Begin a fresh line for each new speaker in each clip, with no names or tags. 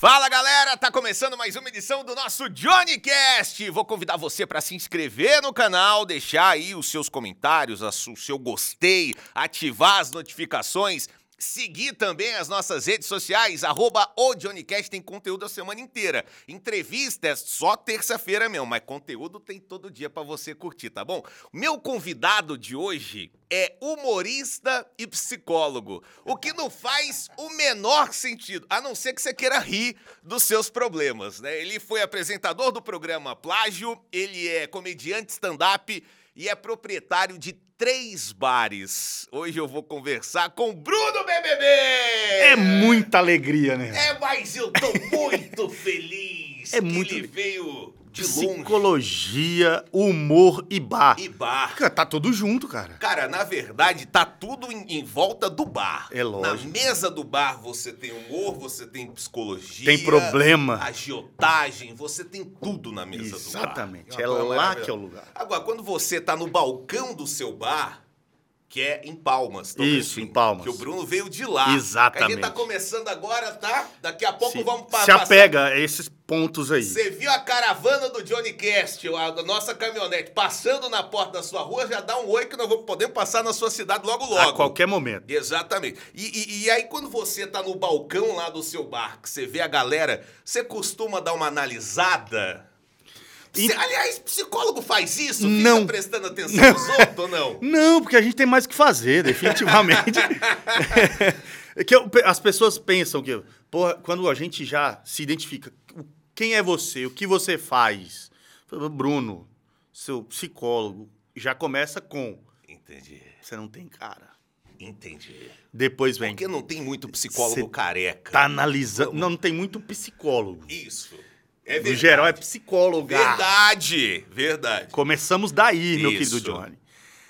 Fala galera, tá começando mais uma edição do nosso Johnny Cast. Vou convidar você para se inscrever no canal, deixar aí os seus comentários, a su- o seu gostei, ativar as notificações, seguir também as nossas redes sociais, arroba o JohnnyCast tem conteúdo a semana inteira. Entrevistas só terça-feira mesmo, mas conteúdo tem todo dia para você curtir, tá bom? Meu convidado de hoje é humorista e psicólogo, o que não faz o menor sentido, a não ser que você queira rir dos seus problemas, né? Ele foi apresentador do programa Plágio, ele é comediante stand-up e é proprietário de três bares. Hoje eu vou conversar com Bruno BBB!
É muita alegria, né?
É, mas eu tô muito feliz
É
que
muito
ele
le-
veio de longe
Psicologia, humor e bar.
e bar.
Cara, tá tudo junto, cara.
Cara, na verdade, tá tudo em, em volta do bar.
É lógico.
Na mesa do bar você tem humor, você tem psicologia.
Tem problema.
Agiotagem, você tem tudo na mesa do
Exatamente.
bar.
É
uma coisa
lá
maravilhosa. Um
que é o lugar.
Agora, quando você tá no balcão do seu bar, que é em Palmas. Tocantins,
Isso, em Palmas.
Que o Bruno veio de lá.
Exatamente.
A gente tá começando agora, tá? Daqui a pouco
Se,
vamos pa-
se apega a esses pontos aí.
você viu a caravana do Johnny Cast, a a nossa caminhonete, passando na porta da sua rua, já dá um oi que nós vamos poder passar na sua cidade logo logo.
A qualquer momento.
Exatamente. E, e- e aí, quando você tá no balcão lá do seu bar, que você vê a galera, você costuma dar uma analisada? Você-
E-
aliás, psicólogo faz isso? Fica
Não.
prestando atenção nos outros ou não?
Não, porque a gente tem mais o que fazer, definitivamente. É que eu- as pessoas pensam que, porra, quando a gente já se identifica, o- quem é você, o que você faz? Bruno, seu psicólogo, já começa com,
Entendi,
você não tem cara.
entendi.
Depois vem.
Porque não tem muito psicólogo
Cê
careca.
Tá analisando. Não, não tem muito psicólogo.
Isso. É
No
verdade.
geral é psicóloga.
Verdade, verdade.
Começamos daí, meu
Isso.
querido Johnny.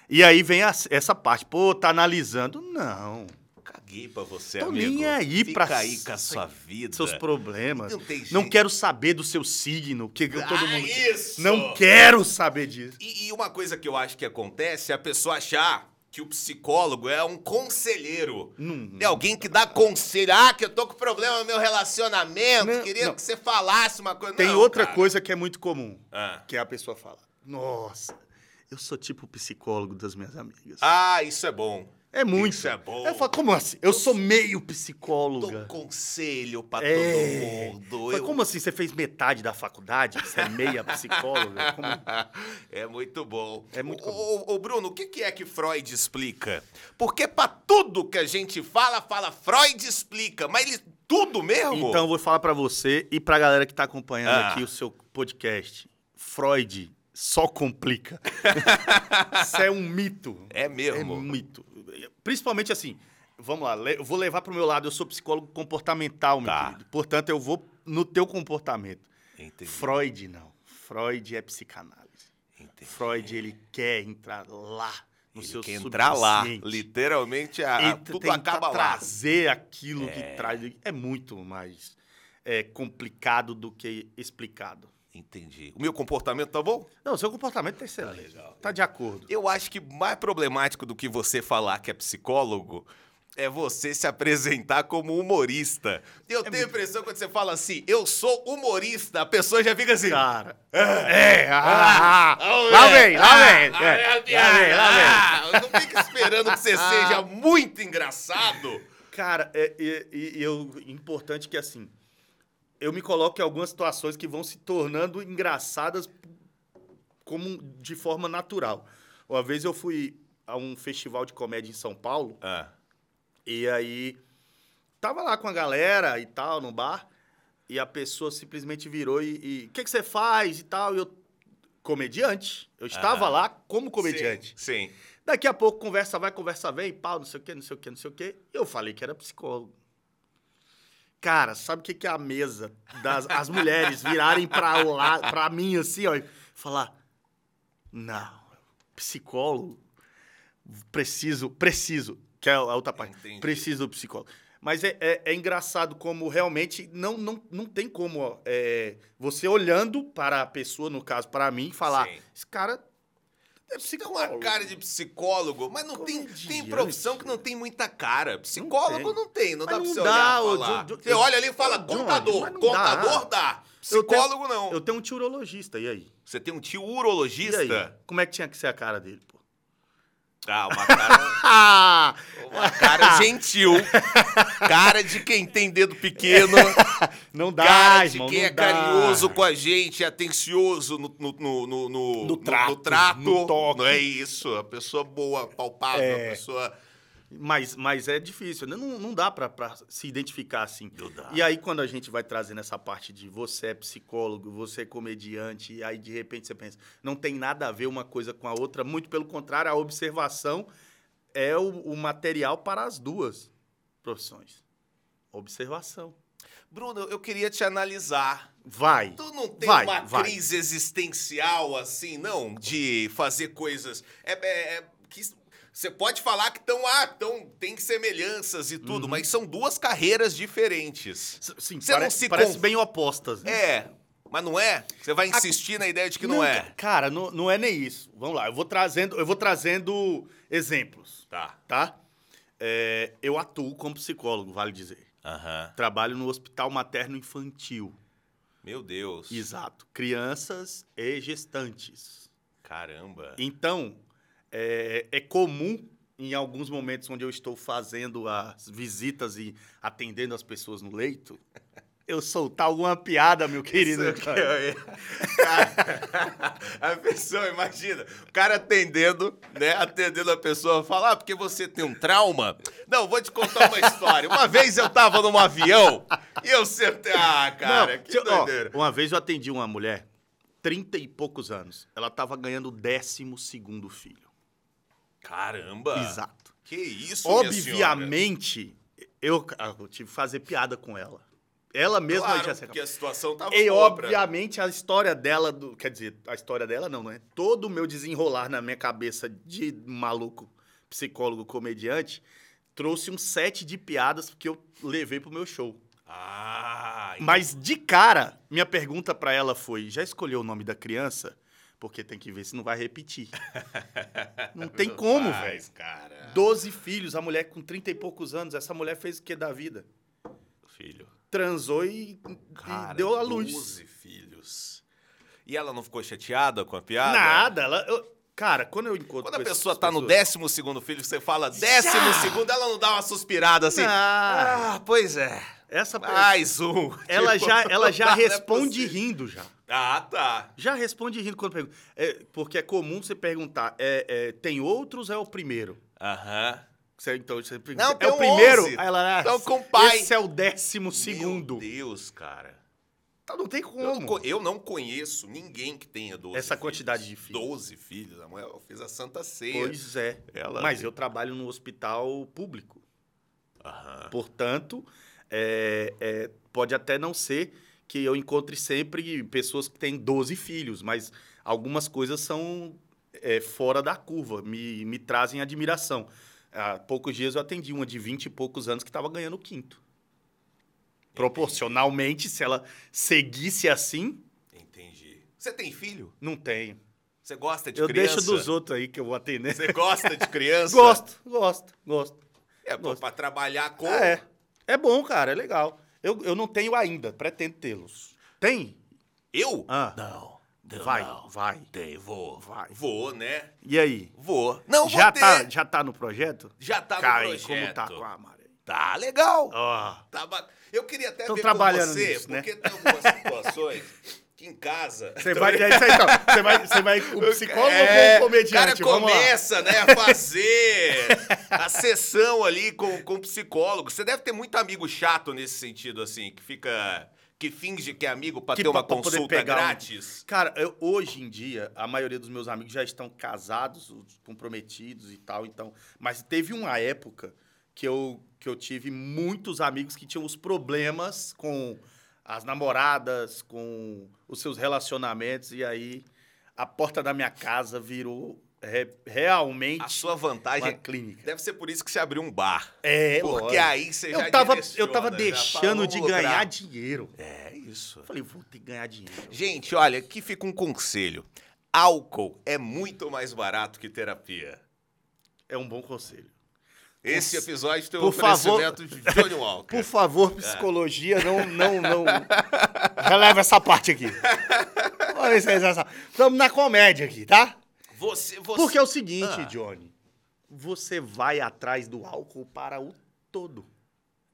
E aí vem as- essa parte. Pô, tá analisando. Não.
Caguei pra você,
Tô
amigo.
Então nem aí
Fica
pra
aí
s-
com a sua vida.
Seus problemas.
Não tem jeito.
Não quero saber do seu signo. Que que todo
Ah,
mundo.
isso!
Não quero saber disso.
E, e uma coisa que eu acho que acontece é a pessoa achar que o psicólogo é um conselheiro.
Não.
É alguém que dá conselho. Ah, que eu tô com problema no meu relacionamento.
Não,
queria
não.
que você falasse uma coisa.
Tem
Não,
outra
cara.
coisa que é muito comum.
Ah.
Que a pessoa fala. Nossa, eu sou tipo o psicólogo das minhas amigas.
Ah, isso é bom.
é muito.
isso é bom.
Eu falo, como assim? Eu sou meio
Dou
psicóloga.
conselho pra
É.
todo mundo.
Mas
Eu-
como assim? Você fez metade da faculdade? Você é meia psicóloga? Como...
é muito bom.
É muito
Ô,
comum.
ô, ô, Bruno, o que que é que Freud explica? Porque pra tudo que a gente fala, fala Freud explica, mas ele tudo mesmo?
Então, eu vou falar pra você e pra galera que tá acompanhando
Ah.
aqui o seu podcast. Freud só complica. Isso é um mito.
é
É
mesmo.
um mito. Principalmente assim, vamos lá, le- eu vou levar pro meu lado, eu sou psicólogo comportamental, meu
Tá.
querido. Portanto, eu vou no teu comportamento.
Entendi,
Freud não. Freud é psicanálise.
entendi.
Freud, ele quer entrar lá no
Ele
seu
quer entrar lá,
subconsciente.
literalmente a, a-
Entra- tá
tudo
tentar
acaba lá.
trazer aquilo que traz. É muito mais é, complicado do que explicado.
Entendi. O meu comportamento tá bom?
Não, seu comportamento tá excelente. Tá, de acordo.
Eu acho que mais problemático do que você falar que é psicólogo é você se apresentar como humorista.
É
Eu tenho a impressão que quando você fala assim, eu sou humorista, a pessoa já fica
Tá.
assim.
Cara. É, ah, ah, lá vem, lá vem.
é. Ah,
é,
é a
lá vem, lá vem. Ah.
piada. Ah, Não fica esperando que você seja muito engraçado.
Cara, é, e- e- e eu, importante que assim, eu me coloco em algumas situações que vão se tornando engraçadas como de forma natural. Uma vez eu fui a um festival de comédia em São Paulo
Ah,
e aí tava lá com a galera e tal no bar e a pessoa simplesmente virou e, o que que você faz e tal, e eu comediante, eu estava
Aham.
lá como comediante.
Sim. sim.
Daqui a pouco, conversa vai, conversa vem, pau, não sei o quê, não sei o quê, não sei o quê. Eu falei que era psicólogo. Cara, sabe o que, que é a mesa das as mulheres virarem pra, lá, pra mim assim, ó, e falar: Não, psicólogo, preciso, preciso, que é a outra parte,
Entendi.
preciso do psicólogo. Mas é, é- é engraçado como realmente não, não, não tem como ó, é, você olhando para a pessoa, no caso, para mim, falar:
Sim.
Esse cara É
Fica com a cara de psicólogo, mas não tem, tem
Comediante.
profissão que não tem muita cara. Psicólogo não tem, não,
Mas
dá pra
não
você olhar
dá, ô,
e falar.
Ju- Ju-
você olha ali e fala,
Ô, Johnny,
contador,
mas não
contador dá.
Eu tenho-
Psicólogo não.
Eu tenho um tio urologista, e aí?
Você tem um tio
E aí?
urologista?
Como é que tinha que ser a cara dele, pô?
Ah, uma cara,
Ah!
uma cara gentil. Cara de quem tem dedo pequeno.
Não dá,
cara de
irmão,
quem
não
é
dá.
carinhoso com a gente, é atencioso no, no, no, no, no,
No trato,
no trato.
no toque.
Não é isso. A pessoa boa, palpável, a
É.
pessoa.
Mas, mas é difícil, né? não, não dá pra, pra se identificar assim.
Não dá.
E aí, quando a gente vai trazendo essa parte de você é psicólogo, você é comediante, e aí de repente você pensa, não tem nada a ver uma coisa com a outra, muito pelo contrário, a observação é o, o material para as duas profissões. Observação.
Bruno, eu queria te analisar.
Vai.
Tu não tem
Vai,
uma
vai.
crise existencial, assim, não? De fazer coisas. É, é- é que você pode falar que estão. Ah, tão, tem semelhanças e
Uhum.
tudo, mas são duas carreiras diferentes.
S- Sim,
Você
pare-
não se
parece
conf-
bem opostas. né?
É, mas não é? Você vai insistir na ideia de que não, é.
Cara, não, não é nem isso. Vamos lá, eu vou trazendo, eu vou trazendo exemplos.
Tá.
tá? É, eu atuo como psicólogo, vale dizer.
Aham.
Trabalho no hospital materno infantil.
Meu Deus.
Exato. Crianças e gestantes.
Caramba.
Então, é, é comum em alguns momentos onde eu estou fazendo as visitas e atendendo as pessoas no leito, eu soltar alguma piada, meu querido.
Isso que eu ia- Cara, a pessoa, imagina, o cara atendendo, né? Atendendo a pessoa, fala, ah, porque você tem um trauma? Não, vou te contar uma história. Uma vez eu tava num avião e eu sentei. Ah, cara,
Não,
que
deixa eu- ó,
doideira.
uma vez eu atendi uma mulher, 30 e poucos anos. Ela estava ganhando o 12 segundo filho.
Caramba.
Exato.
Que isso, Ah, minha senhora.
Obviamente, eu, ah, eu tive que fazer piada com ela. Ela mesma já
Claro,
se
porque a situação tava
E
obra.
obviamente a história dela, do, quer dizer, a história dela não, né? Todo o meu desenrolar na minha cabeça de maluco, psicólogo, comediante, trouxe um set de piadas que eu levei pro meu show.
Ah,
Mas de cara, minha pergunta pra ela foi: já escolheu o nome da criança? Porque tem que ver se não vai repetir. Não tem como, velho.
faz, cara.
12 filhos, a mulher com 30 e poucos anos, essa mulher fez o que da vida?
Filho.
Transou e, e
Cara,
deu a luz.
12 filhos. E ela não ficou chateada com a piada?
Nada, ela. eu- cara, quando eu encontro.
Quando a
com essas
pessoa tá no
pessoas-
décimo segundo filho, você fala décimo segundo, ela não dá uma suspirada assim.
Ah,
Ah, pois é.
essa pessoa-
Mais um.
ela
Tipo,
já, ela já
não é
responde
possível.
rindo já.
Ah, tá.
Já responde rindo quando pergunta. É, porque é comum você perguntar, é, é, tem outros, é o primeiro.
Aham.
Você, então, você pergunta,
Não,
é
tem
o
um
primeiro?
11.
Aí ela, ah,
Então, com o pai.
Esse é o décimo segundo.
Meu Deus, cara.
Então, não tem
Eu não, co-
como.
eu não conheço ninguém que tenha 12
Essa
filhos.
quantidade de filhos.
12 filhos. a mulher- Eu fiz a Santa Ceia.
Pois é.
Ela-
Mas eu trabalho no hospital público.
Aham.
Portanto, é- é, pode até não ser que eu encontre sempre pessoas que têm 12 filhos, mas algumas coisas são é, fora da curva, me, me trazem admiração. Há poucos dias eu atendi uma de 20 e poucos anos que estava ganhando o quinto. Proporcionalmente, se ela seguisse assim,
Entendi. Você tem filho?
não tenho.
Você gosta de
eu
criança?
deixo dos outros aí que eu vou atender.
Você gosta de criança?
Gosto, gosto, gosto.
É, pô,
Gosto.
pra trabalhar com.
Ah, é. É bom, cara, é legal. Eu, eu não tenho ainda, pretendo tê-los. Tem?
Eu?
Ah.
Não. não,
vai,
não.
vai.
Tem, vou.
Vai.
Vou, né?
E aí?
Vou. Não,
já,
vou ter.
tá, já tá no projeto?
Já tá
Cara,
no
e como
projeto.
tá com a Mari?
Tá legal.
Ó.
Tá ba- Eu queria até
Tão
ver
trabalhando
com você,
nisso, né?
porque tem algumas situações que em casa...
Você vai, é isso aí, então. Você vai, você vai com o psicólogo ou com o
O
comediante?
cara
Vamos lá.
começa, né, a fazer a sessão ali com, com o psicólogo. Você deve ter muito amigo chato nesse sentido, assim, que fica... Que finge que é amigo pra
Que
ter uma
pra- pra poder
consulta
pegar um-
grátis.
Cara, eu- hoje em dia, a maioria dos meus amigos já estão casados, os comprometidos e tal, então. Mas teve uma época que eu, que eu tive muitos amigos que tinham os problemas com as namoradas, com os seus relacionamentos, e aí a porta da minha casa virou re-
A
realmente
sua
uma
vantagem...
clínica.
Deve ser por isso que você abriu um bar.
É,
Porque
lógico.
aí você já
eu tava, eu
direciona, né?
tava
já
deixando
fala,
de
"Vamos
ganhar
lucrar".
dinheiro.
É isso.
Eu falei, vou ter que ganhar dinheiro.
Gente, olha, aqui fica um conselho. Álcool é muito mais barato que terapia.
É um bom conselho.
Esse episódio tem o
por favor-
oferecimento de Johnny Walker.
Por favor, psicologia, não, não, não. Releva essa parte aqui. Olha isso aí, essa- Estamos na comédia aqui, tá?
Você, você...
Porque é o seguinte,
Ah.
Johnny. Você vai atrás do álcool para o todo.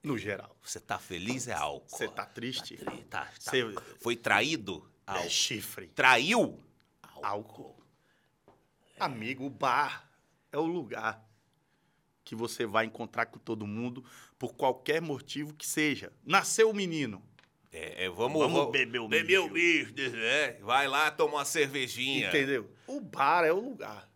No geral.
Você tá feliz é álcool.
Você tá triste?
Tá, tri- tá- tá-
Você-
Foi traído?
É
Álcool.
chifre.
Traiu?
Álcool. Amigo, o bar é o lugar que você vai encontrar com todo mundo por qualquer motivo que seja. Nasceu o menino.
É, é, vamos,
Vamos beber o
beber
mijo.
mijo, né? Vai lá tomar uma cervejinha.
Entendeu? O bar é o lugar.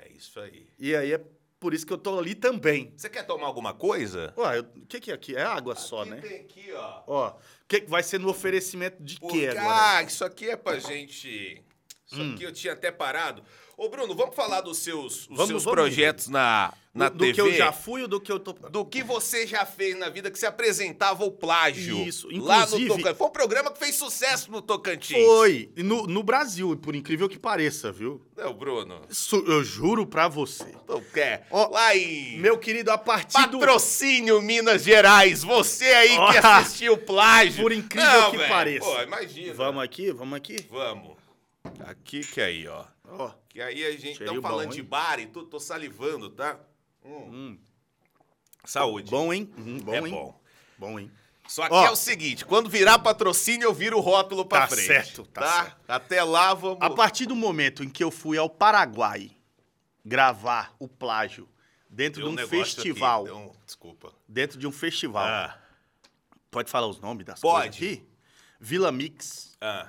É isso aí.
E aí é por isso que eu tô ali também.
Você quer tomar alguma coisa?
Ué, eu- o que que é aqui? É água só,
Aqui
né?
tem aqui, ó.
Ó, que que vai ser no oferecimento de
Porque,
quê Hum. agora?
ah, isso aqui é pra gente. Isso aqui eu tinha até parado. Ô, Bruno, vamos falar dos seus, os
Vamos,
seus
vamos.
projetos na, na
do,
TV?
do que eu já fui ou do que eu tô...
Do que você já fez na vida que você apresentava o plágio.
Isso,
Lá no
inclusive-
Tocantins. Foi um programa que fez sucesso no Tocantins.
Foi! E No, no Brasil, por incrível que pareça, viu?
Não, É, Bruno.
Isso eu juro pra você.
Não quer.
Ó,
Lá em...
Meu querido, a partir do...
Patrocínio Minas Gerais, você aí que
Ó,
assistiu o plágio.
por incrível que
velho,
pareça.
Pô, imagina.
Vamos aqui, vamos aqui.
Vamos. Aqui que é aí, ó.
Ó,
Que aí a gente tá
Cheirinho bom,
falando
hein?
de bar e tudo, tô salivando, tá? Hum.
hum,
Saúde.
bom, hein? Hum, bom,
é
hein?
bom.
Bom, hein?
Só que
Ó.
é o seguinte, quando virar patrocínio, eu viro o rótulo pra
Tá
frente.
certo, tá certo.
Até lá, vamos...
A partir do momento em que eu fui ao Paraguai gravar o plágio dentro
Deu
de um
negócio
festival,
aqui, deu um- Desculpa.
dentro de um festival,
Ah,
pode falar os nomes das
Pode.
coisas aqui? Vila Mix.
ah.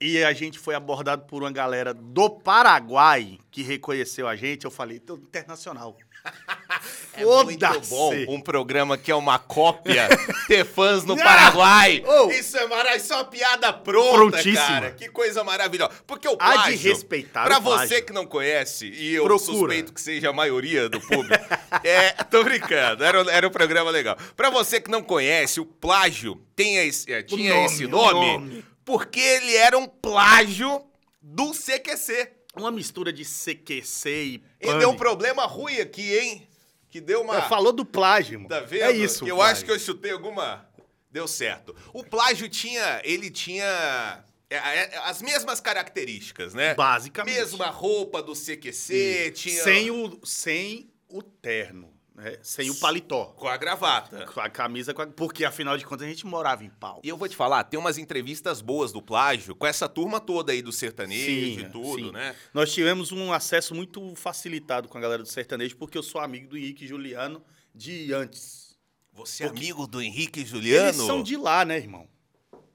E a gente foi abordado por uma galera do Paraguai que reconheceu a gente. Eu falei, tô internacional.
É muito
Foda-se.
bom um programa que é uma cópia ter fãs no
Ah!
Paraguai.
Oh!
Isso é maravilhoso, isso é uma piada pronta,
Prontíssima.
cara. Que coisa maravilhosa. Porque o
Há de
plágio,
respeitar
pra
o Tá plágio.
você que não conhece, e eu
Procura.
suspeito que seja a maioria do público, é, tô brincando, era, um- era um programa legal. Pra você que não conhece, o plágio tem esse, é, tinha
nome,
esse
o
nome,
nome.
porque ele era um plágio do CQC.
Uma mistura de CQC e
E
pânico.
deu um problema ruim aqui, hein? Que deu uma...
É, Falou do plágio, mano.
Tá vendo?
É isso.
Eu
plágio.
acho que eu chutei alguma. Deu certo. O plágio tinha. Ele tinha. é, é, as mesmas características, né?
Basicamente.
Mesma roupa do CQC, tinha.
Sem o, sem o terno, né? Sem o paletó.
Com a gravata.
Com a camisa, com a- porque afinal de contas a gente morava em pau.
E É. eu vou te falar, tem umas entrevistas boas do plágio com essa turma toda aí do sertanejo
Sim,
e tudo,
sim.
né?
Nós tivemos um acesso muito facilitado com a galera do sertanejo, porque eu sou amigo do Henrique e Juliano de antes.
Você é
Porque-
amigo do Henrique e Juliano?
Eles são de lá, né, irmão?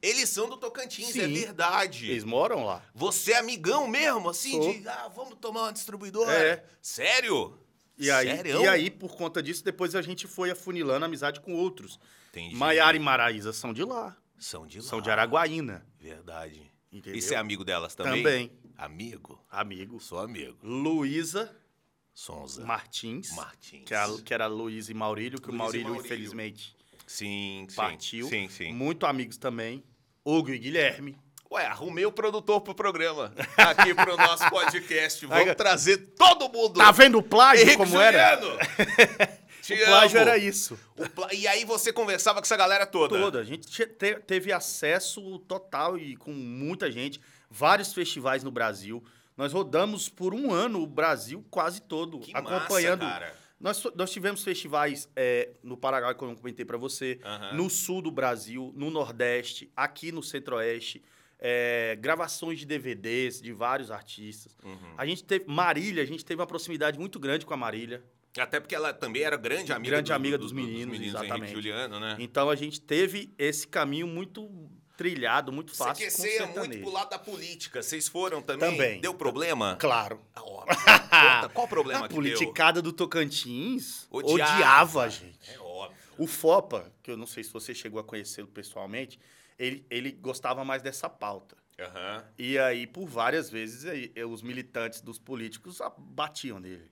Eles são do Tocantins, é
Sim.
verdade.
Eles moram lá.
Você é amigão mesmo, assim,
Sou.
de. Ah, vamos tomar uma distribuidora?
É.
Sério?
E aí,
Sério?
e aí, por conta disso, depois a gente foi afunilando amizade com outros.
Entendi.
Maiara e Maraísa são de lá.
São de lá.
São de Araguaína.
Verdade.
Entendeu?
E você é amigo delas também?
Também.
Amigo?
Amigos.
Sou amigo.
Luísa
Sonza.
Martins.
Martins.
Que, é a- que era Luísa e Maurílio, que
Luísa e
o Maurílio,
Maurílio.
infelizmente,
Sim, sim.
partiu.
Sim, sim.
Muito amigos também. Hugo e Guilherme.
Ué, arrumei o produtor pro programa. Tá Aqui pro nosso podcast. Vamos
Aí,
trazer todo mundo.
Tá vendo o plágio
Henrique
como era?
Juliano! Te
O plágio
amo.
era isso.
O pla- E aí você conversava com essa galera toda.
Toda. A gente te- te- teve acesso total e com muita gente. Vários festivais no Brasil. Nós rodamos por um ano o Brasil quase todo,
Que
acompanhando.
massa, cara.
Nós, fo- nós tivemos festivais é, no Paraguai, como eu comentei pra você,
Aham.
no sul do Brasil, no Nordeste, aqui no Centro-Oeste, é, gravações de DVDs de vários artistas.
Uhum.
A gente teve Marília, a gente teve uma proximidade muito grande com a Marília.
Até porque ela também era grande amiga,
Grande amiga dos meninos,
Henrique
exatamente.
e Juliano, né?
Então a gente teve esse caminho muito trilhado, muito
Você
fácil. com o
CQC é muito
sertanejo.
pro lado da política. Vocês foram também?
Também.
Deu problema?
Claro.
Ah, ó, conta, qual o problema
A
que
politicada do Tocantins
Odiava.
odiava. a gente.
deu? É óbvio.
O Fopa, que eu não sei se você chegou a conhecê-lo pessoalmente, ele, ele gostava mais dessa pauta.
Aham.
E aí, por várias vezes, aí, eh, os militantes dos políticos a- batiam nele.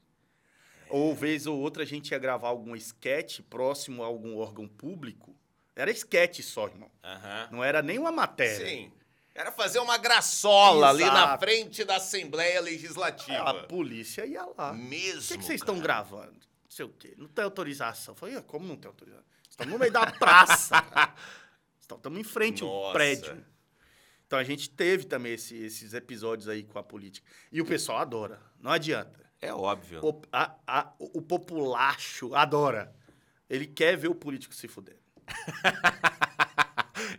É.
Ou vez ou outra a gente ia gravar algum esquete próximo a algum órgão público. Era esquete só, irmão.
Aham.
Não era nenhuma matéria.
Sim. Era fazer uma graçola ali na
Exato.
frente da Assembleia
A
Legislativa.
polícia ia lá.
Mesmo.
O que, que vocês
cara.
estão gravando? Não sei o quê. Não tem autorização. Eu falei, "Ah, como não tem autorização? Estão no meio da praça. cara. Estão- Estamos em frente a um
Nossa.
prédio. Então a gente teve também esse- esses episódios aí com a política. E o pessoal adora. Não adianta.
É óbvio.
O, a- a- o- o populacho adora. Ele quer ver o político se fuder.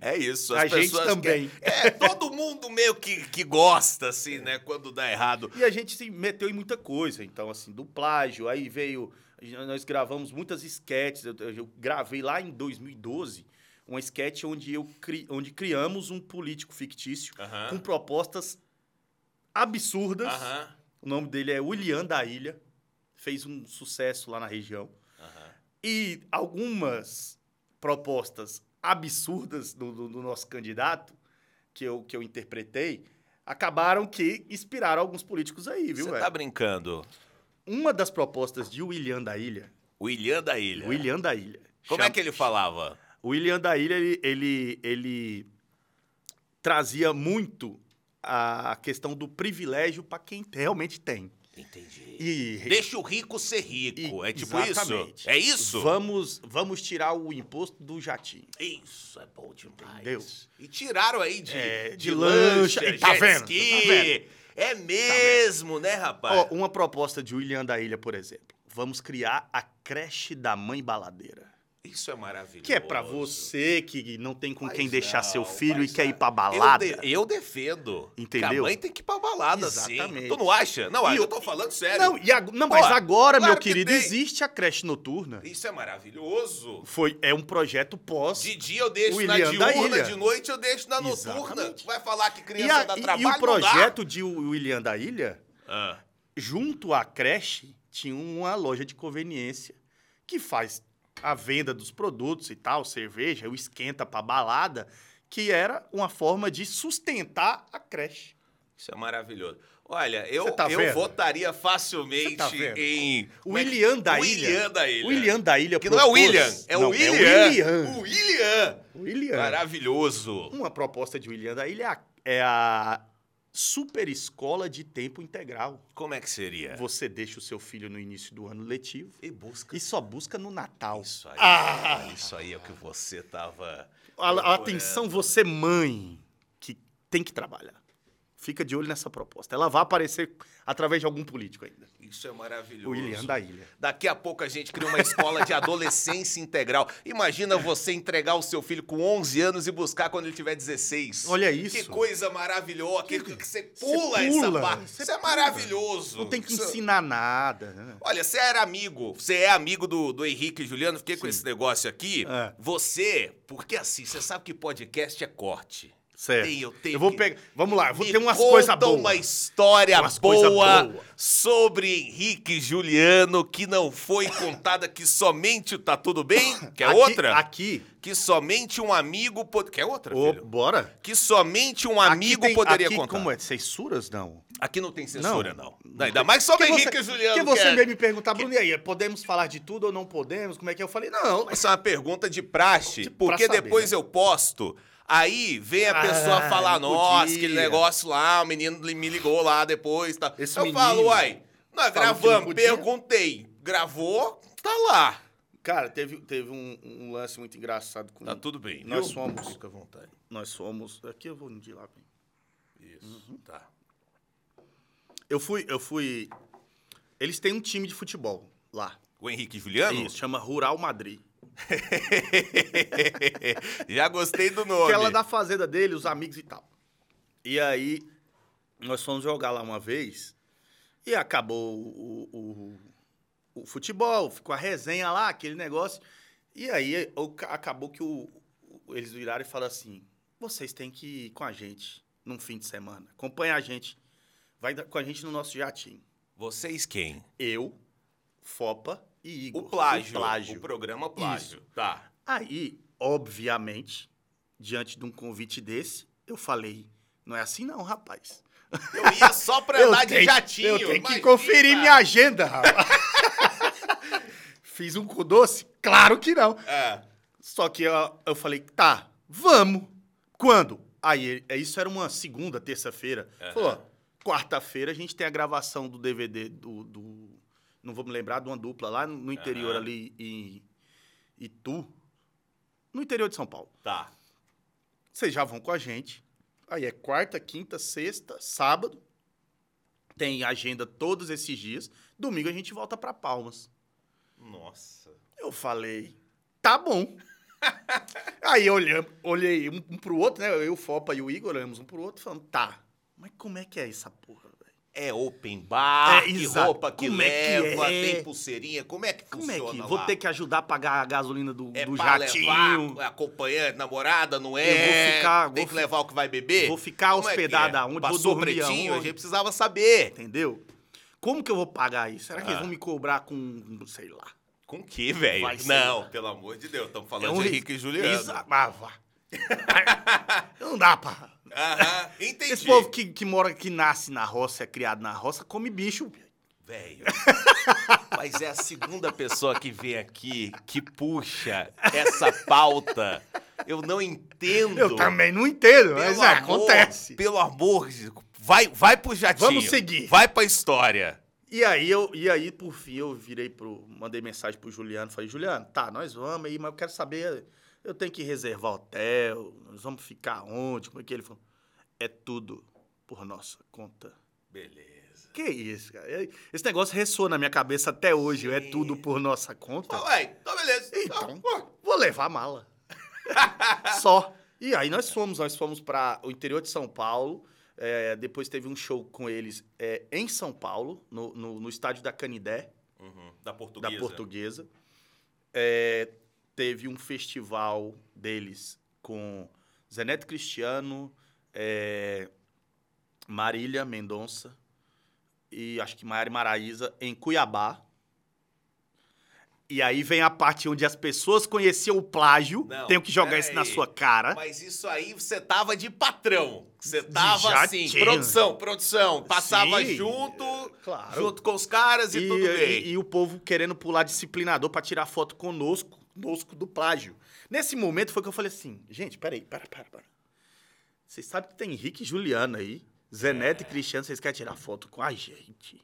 É isso.
a gente
pessoas
também.
querem- É, todo mundo meio que, que gosta, assim, né? Quando dá errado.
E a gente se meteu em muita coisa, então, assim, do plágio, aí veio. Nós gravamos muitas esquetes. Eu, eu gravei lá em 2012 uma esquete onde, eu cri- onde criamos um político fictício
Aham.
com propostas absurdas.
Aham.
O nome dele é William da Ilha. Fez um sucesso lá na região.
Aham.
E algumas propostas absurdas do, do- do nosso candidato, que eu, que eu interpretei, acabaram que inspiraram alguns políticos aí, viu, é?
Você
velho?
tá brincando.
Uma das propostas de William da Ilha.
William da Ilha.
William da Ilha.
É. Como é que ele falava?
William da Ilha, ele, ele, ele trazia muito a questão do privilégio para quem realmente tem.
Entendi.
E
Deixa o rico ser rico.
E-
é tipo
exatamente.
isso? É isso?
Vamos, vamos tirar o imposto do jatinho.
Isso, é bom demais.
Entendeu?
E tiraram aí de,
É,
de,
de
lancha,
lancha,
jet
e tá vendo?
ski.
Tá vendo?
É mesmo, né, rapaz?
Ó, uma proposta de William da Ilha, por exemplo. Vamos criar a creche da mãe baladeira.
Isso é maravilhoso.
Que é pra você que não tem com
Mas
quem deixar
não,
seu filho e
mas
quer ir
não.
pra
Eu,
balada.
de- eu defendo.
Entendeu?
Que a mãe tem que ir pra balada, Exatamente.
Exatamente.
Tu não acha? Não,
E
eu,
eu-
tô falando sério.
Não, e ag- não, mas
Pô,
agora,
claro
meu
que
querido,
tem.
existe a creche noturna.
Isso é maravilhoso.
Foi, é um projeto pós.
De dia eu deixo
William
na
da
diurna,
Ilha.
de noite eu deixo na noturna.
Exatamente.
Vai falar que
E,
criança
a-
dá
e- e
trabalho,
o
não dá?
projeto de William da Ilha,
Ah,
junto à creche, tinha uma loja de conveniência que faz a venda dos produtos e tal, cerveja, o esquenta pra balada, que era uma forma de sustentar a creche.
isso é maravilhoso. Olha, eu,
Você tá
eu
vendo?
votaria facilmente
Você tá vendo?
em...
O William da Ilha.
é William da Ilha.
O William da Ilha
Que não é o
propôs-
William, é o
Não,
William.
William. É.
O William.
William.
Maravilhoso.
Uma proposta de William da Ilha é a- é a super escola de tempo integral.
Como é que seria?
Você deixa o seu filho no início do ano letivo
E busca.
e só busca no Natal.
Isso aí.
Ah!
Isso aí é o que você tava.
A- a- atenção, você mãe que tem que trabalhar. Fica de olho nessa proposta. Ela vai aparecer através de algum político ainda.
Isso é maravilhoso.
O William da Ilha.
Daqui a pouco a gente cria uma escola de adolescência integral. Imagina você entregar o seu filho com 11 anos e buscar quando ele tiver 16.
Olha
Que
isso.
coisa maravilhosa. Que, que você pula, essa
pula,
parte.
você
Isso é
pula.
maravilhoso.
Não tem que
Isso- é
ensinar nada. né?
Olha, você era amigo, você é amigo do, do Henrique e Juliano, fiquei com esse negócio aqui.
É.
Você, porque assim, você sabe que podcast é corte.
Certo.
Tem, eu tenho
É. Eu vou
que-
pegar. Vamos lá, eu vou
Me
ter umas
conta
coisas boas.
uma história
Umas coisa
boa,
boa.
sobre Henrique e Juliano que não foi contada, que somente o Tá Tudo Bem, que é
Aqui-
outra,
Aqui.
que somente um amigo... Pod... Quer outra,
Ô,
filho?
bora.
Que somente um
Aqui
amigo
tem-
poderia
aqui,
contar.
Como é? Censuras, não?
Aqui não tem censura, não.
Não.
Não, Ainda mais sobre
Porque
Henrique e Juliano.
Porque você
é-
veio me perguntar, Bruno, e aí, podemos falar de tudo ou não podemos? Como é que é? Eu falei, não, mas
Essa é uma pergunta de praxe,
De- pra
porque
saber,
depois
né?
eu posto. Aí vem a
Ah,
pessoa falar,
não
nossa,
podia."
aquele negócio lá, o menino li- me ligou lá depois. Tá.
Esse
eu
menino
falo, uai, nós
falou que não
gravamos,
podia."
perguntei. Gravou, tá lá.
Cara, teve, teve um, um lance muito engraçado com.
Tá tudo bem.
Nós
viu?
somos.
Fica à vontade.
Nós fomos. Aqui eu vou de lá, vem.
Isso. Tá.
Eu fui, eu fui. Eles têm um time de futebol lá.
O Henrique Juliano?
Isso, chama Rural Madrid.
Já gostei do nome.
Que ela é da fazenda dele, os amigos e tal. E aí, nós fomos jogar lá uma vez e acabou o, o- o- o futebol, ficou a resenha lá, aquele negócio. E aí, o ca- acabou que o- o- eles viraram e falaram assim, vocês têm que ir com a gente num fim de semana, acompanha a gente, vai da- com a gente no nosso jatinho.
Vocês quem?
Eu, Fopa e Igor.
O plágio.
O plágio.
programa plágio. Tá.
Aí, obviamente, diante de um convite desse, eu falei: não é assim não, rapaz.
Eu ia só pra andar de jatinho.
Eu tenho que
imagina.
conferir minha agenda, rapaz. Fiz um cu doce? Claro que não.
É.
Só que ó, eu, falei: tá, vamos. Quando? Aí, é, isso era uma segunda, terça-feira. Falou, ó, quarta-feira a gente tem a gravação do DVD do... do- não vou me lembrar, de uma dupla lá no interior
Aham.
ali em Itu. No interior de São Paulo.
Tá.
Vocês já vão com a gente. Aí é quarta, quinta, sexta, sábado. Tem agenda todos esses dias. Domingo a gente volta pra Palmas.
Nossa.
Eu falei, tá bom. Aí eu olhei, olhei um, um pro outro, né? Eu, o Fopa e o Igor olhamos um pro outro, falando, tá, mas como é que é essa porra, velho?
É open bar,
É,
que
exato.
roupa que
Como é que
leva,
é?
tem pulseirinha, como é que
Como
funciona
é que.
lá?
Vou ter que ajudar a pagar a gasolina do,
é
do
pra
jatinho.
levar é acompanhante, namorada, não é?
Eu vou ficar-
tem
vou
que
fi-
levar o que vai beber?
Vou ficar
Como é que
hospedado
é?
aonde?
Passou
vou dormir
pretinho, a
aonde?
gente precisava saber.
Entendeu? Como que eu vou pagar isso? Será que
Ah.
eles vão me cobrar com, não sei lá.
Com que, velho?
Vai ser. É um
Não, pelo amor de Deus, estamos falando de Henrique e Juliano.
Isso, ah, vá. Não dá pra...
Aham, entendi.
Esse povo que, que mora, que nasce na roça, é criado na roça, come bicho.
Velho. Mas é a segunda pessoa que vem aqui que puxa essa pauta. Eu não entendo.
Eu também não entendo,
Pelo
mas é,
amor,
acontece.
Pelo amor de vai, vai pro jatinho.
Vamos seguir.
Vai pra história.
E aí, eu, e aí, por fim, eu virei pro. Mandei mensagem pro Juliano. Falei, Juliano, tá, nós vamos aí, mas eu quero saber. Eu tenho que reservar hotel, nós vamos ficar onde? Como é que é?" ele falou? É tudo por nossa conta.
Beleza.
Que isso, cara? É- Esse negócio ressoa na minha cabeça até hoje. É tudo por nossa conta.
ué, então beleza.
Então, vou levar a mala. Só. E aí nós fomos, nós fomos para o interior de São Paulo. é, depois teve um show com eles é, em São Paulo, no, no- no estádio da Canidé,
Uhum, Da portuguesa.
da Portuguesa. É, teve um festival deles com Zeneto Cristiano, é, Marília Mendonça e acho que Maiara Maraíza em Cuiabá. E aí vem a parte onde as pessoas conheciam o plágio.
Não,
Tenho que jogar
pera
isso na
aí.
sua cara.
Mas isso aí você tava de patrão. Você
De
tava assim,
jatinho.
produção, produção. Passava
Sim,
junto,
claro.
junto com os caras e, tudo bem.
e- e o povo querendo pular disciplinador pra tirar foto conosco, conosco do plágio. Nesse momento foi que eu falei assim, gente, peraí, para, para, para. Vocês sabem que tem Henrique e Juliana aí,
É.
Zeneto e Cristiano, vocês querem tirar foto com a gente?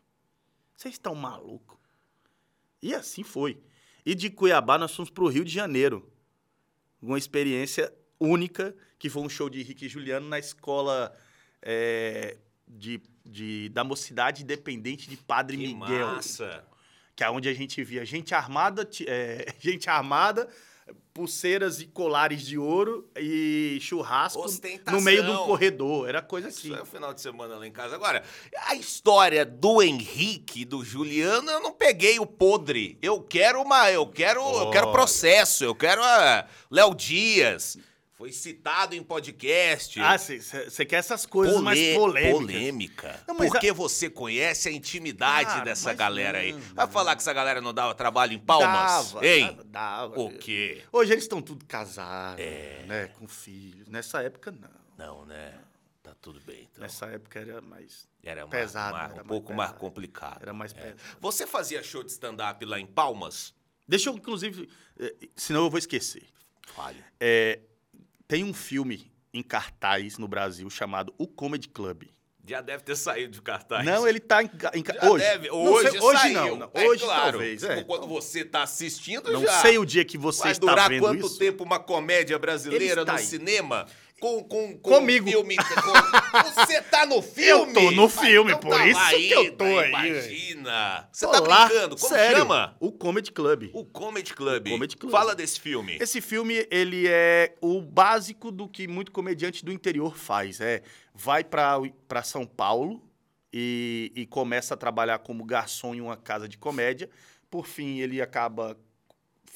Vocês estão malucos? E assim foi. E de Cuiabá nós fomos pro Rio de Janeiro. Uma experiência única, que foi um show de Henrique e Juliano na escola eh, de, de- da Mocidade Independente de Padre
Que
Miguel
massa.
que é onde a gente via gente armada, ti- é, gente armada, pulseiras e colares de ouro e churrasco
Ostentação.
no meio de um corredor. Era coisa assim.
Isso é o final de semana lá em casa. Agora, a história do Henrique e do Juliano, eu não peguei o podre. Eu quero uma. Eu quero. Eu quero
Olha.
processo. Eu quero a Léo Dias. Foi citado em podcast.
Ah, você quer essas coisas mais
Polê-
polêmicas.
polêmica.
Não, mas
porque você conhece a intimidade
Cara,
dessa
mas
galera aí.
não,
Vai falar que essa galera não dava trabalho em palmas?
Dava,
Hein?
dava, dava.
O quê?
Hoje eles estão tudo casados,
É.
né, com filhos. Nessa época, não.
Não, né? Tá tudo bem. Então.
Nessa época era mais,
Era uma-
pesado,
uma-
era
um
mais
pouco mais
pesado.
complicado.
era mais pesado.
Você fazia show de stand-up lá em Palmas?
Deixa eu, inclusive, eh, senão eu vou esquecer.
Falha.
Tem um filme em cartaz no Brasil chamado O Comedy Club.
Já deve ter saído de cartaz.
Não, ele tá em, ca- em ca-
já
hoje.
Deve.
Não
Hoje,
sei- hoje
saiu.
não. não.
É
hoje
claro.
talvez.
Tipo,
é.
Quando você está assistindo,
Não
já.
sei o dia que você
Vai
está
durar
vendo
quanto
isso.
tempo uma comédia
Ele
brasileira
está
no
aí.
cinema? Com, com, com
Comigo.
um filme. com- Você tá no filme?
tô no
Vai,
filme,
então
por
tá
isso
lá
que eu tô
ainda,
aí.
Imagina. Você
Tô
tá
lá,
brincando. Como
sério,
chama?
O Comedy Club.
O Comedy Club.
O Comedy Club.
Fala desse filme.
Esse filme, ele é o básico do que muito comediante do interior faz. É, vai pra pra São Paulo e, e começa a trabalhar como garçom em uma casa de comédia. Por fim, ele acaba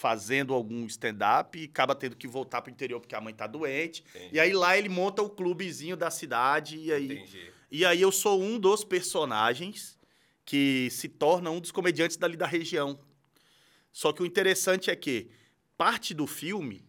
fazendo algum stand-up e acaba tendo que voltar pro interior porque a mãe tá doente.
Entendi.
E aí lá ele monta o clubezinho da cidade e aí...
Entendi.
E aí eu sou um dos personagens que se torna um dos comediantes dali da região. Só que o interessante é que parte do filme,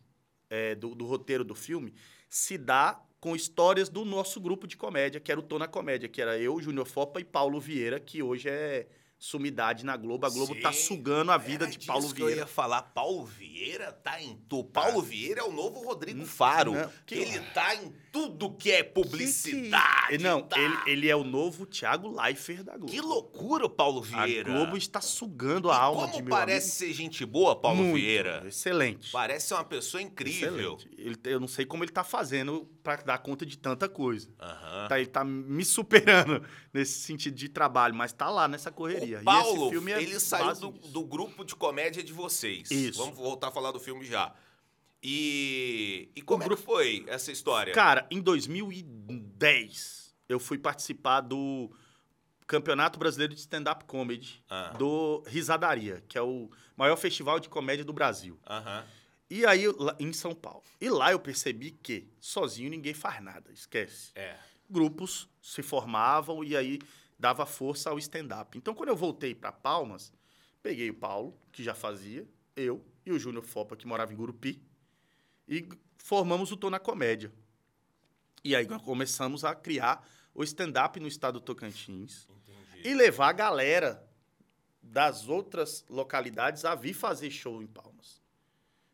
é, do, do roteiro do filme, se dá com histórias do nosso grupo de comédia, que era o Tô na Comédia, que era eu, Júnior Fopa e Paulo Vieira, que hoje é sumidade na Globo. A Globo tá
Sim,
sugando a vida
Era
de Paulo
É disso que
Vieira. Tá.
eu ia falar. Paulo Vieira tá em tu. Paulo Vieira é o novo Rodrigo Faro.
Um Não, que-
Ele tá em tudo que é publicidade.
Não,
tá?
ele, ele é o novo Thiago Leifert da Globo.
Que loucura, o Paulo
A
Vieira.
Globo está sugando a
E
alma
Como
de meu
parece ser gente boa, Paulo
amigo. Muito,
Vieira.
Excelente.
Parece ser uma pessoa incrível.
Excelente. Ele- eu não sei como ele tá fazendo pra dar conta de tanta coisa.
Aham.
Tá, ele tá me superando nesse sentido de trabalho, mas tá lá nessa correria.
O
e esse
Paulo,
filme é
ele saiu
base
do,
disso.
do grupo de comédia de vocês.
Isso.
Vamos voltar a falar do filme já. E, e como é que
grupo-
foi essa história?
Cara, em 2010, eu fui participar do Campeonato Brasileiro de Stand-Up Comedy
Ah,
do Risadaria, que é o maior festival de comédia do Brasil.
aham.
E aí, lá- em São Paulo. E lá eu percebi que sozinho ninguém faz nada, esquece.
É.
grupos se formavam e aí dava força ao stand-up. Então, quando eu voltei para Palmas, peguei o Paulo, que já fazia, eu e o Júnior Fopa, que morava em Gurupi, e formamos o Tô na Comédia. E aí começamos a criar o stand-up no estado do Tocantins
Entendi.
e levar a galera das outras localidades a vir fazer show em Palmas.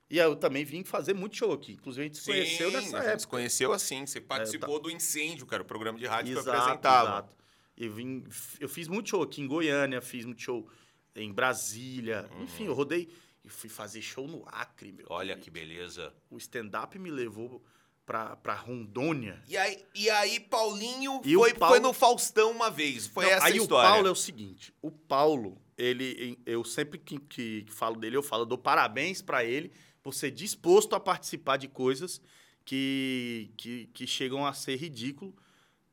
E aí eu também vim fazer muito show aqui. Inclusive, a gente se conheceu
Sim,
nessa
a gente
época. É, tá.
se conheceu assim. Você participou do incêndio, cara. O programa de rádio que eu apresentava.
Exato. Eu, vim, eu fiz muito show aqui em Goiânia, fiz muito show em Brasília. Enfim, eu rodei e fui fazer show no Acre, meu.
Uhum. Olha que beleza.
O stand-up me levou pra, pra Rondônia.
E aí, e aí Paulinho
E o
foi,
Paulo-
foi no Faustão uma vez. Foi
Não,
essa
aí
história.
o Paulo é o seguinte, o Paulo, ele, eu sempre que, que- que falo dele, eu falo, eu dou parabéns pra ele por ser disposto a participar de coisas que, que, que chegam a ser ridículo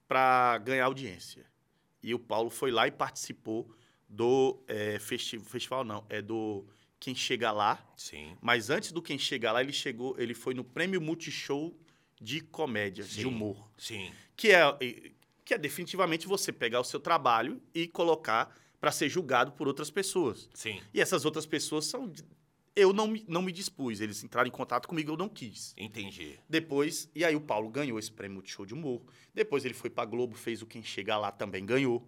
pra ganhar audiência. E o Paulo foi lá e participou do eh, festi- festival, não, é do Quem Chega Lá.
Sim.
Mas antes do Quem Chega Lá, ele chegou, ele foi no Prêmio Multishow de comédia,
Sim.
de humor
Sim.
que é, que é definitivamente você pegar o seu trabalho e colocar para ser julgado por outras pessoas.
Sim.
E essas outras pessoas são. de- Eu não me, não me dispus, eles entraram em contato comigo, eu não quis.
Entendi.
Depois, e aí o Paulo ganhou esse prêmio de show de humor. Depois ele foi pra Globo, fez o Quem Chega Lá também ganhou.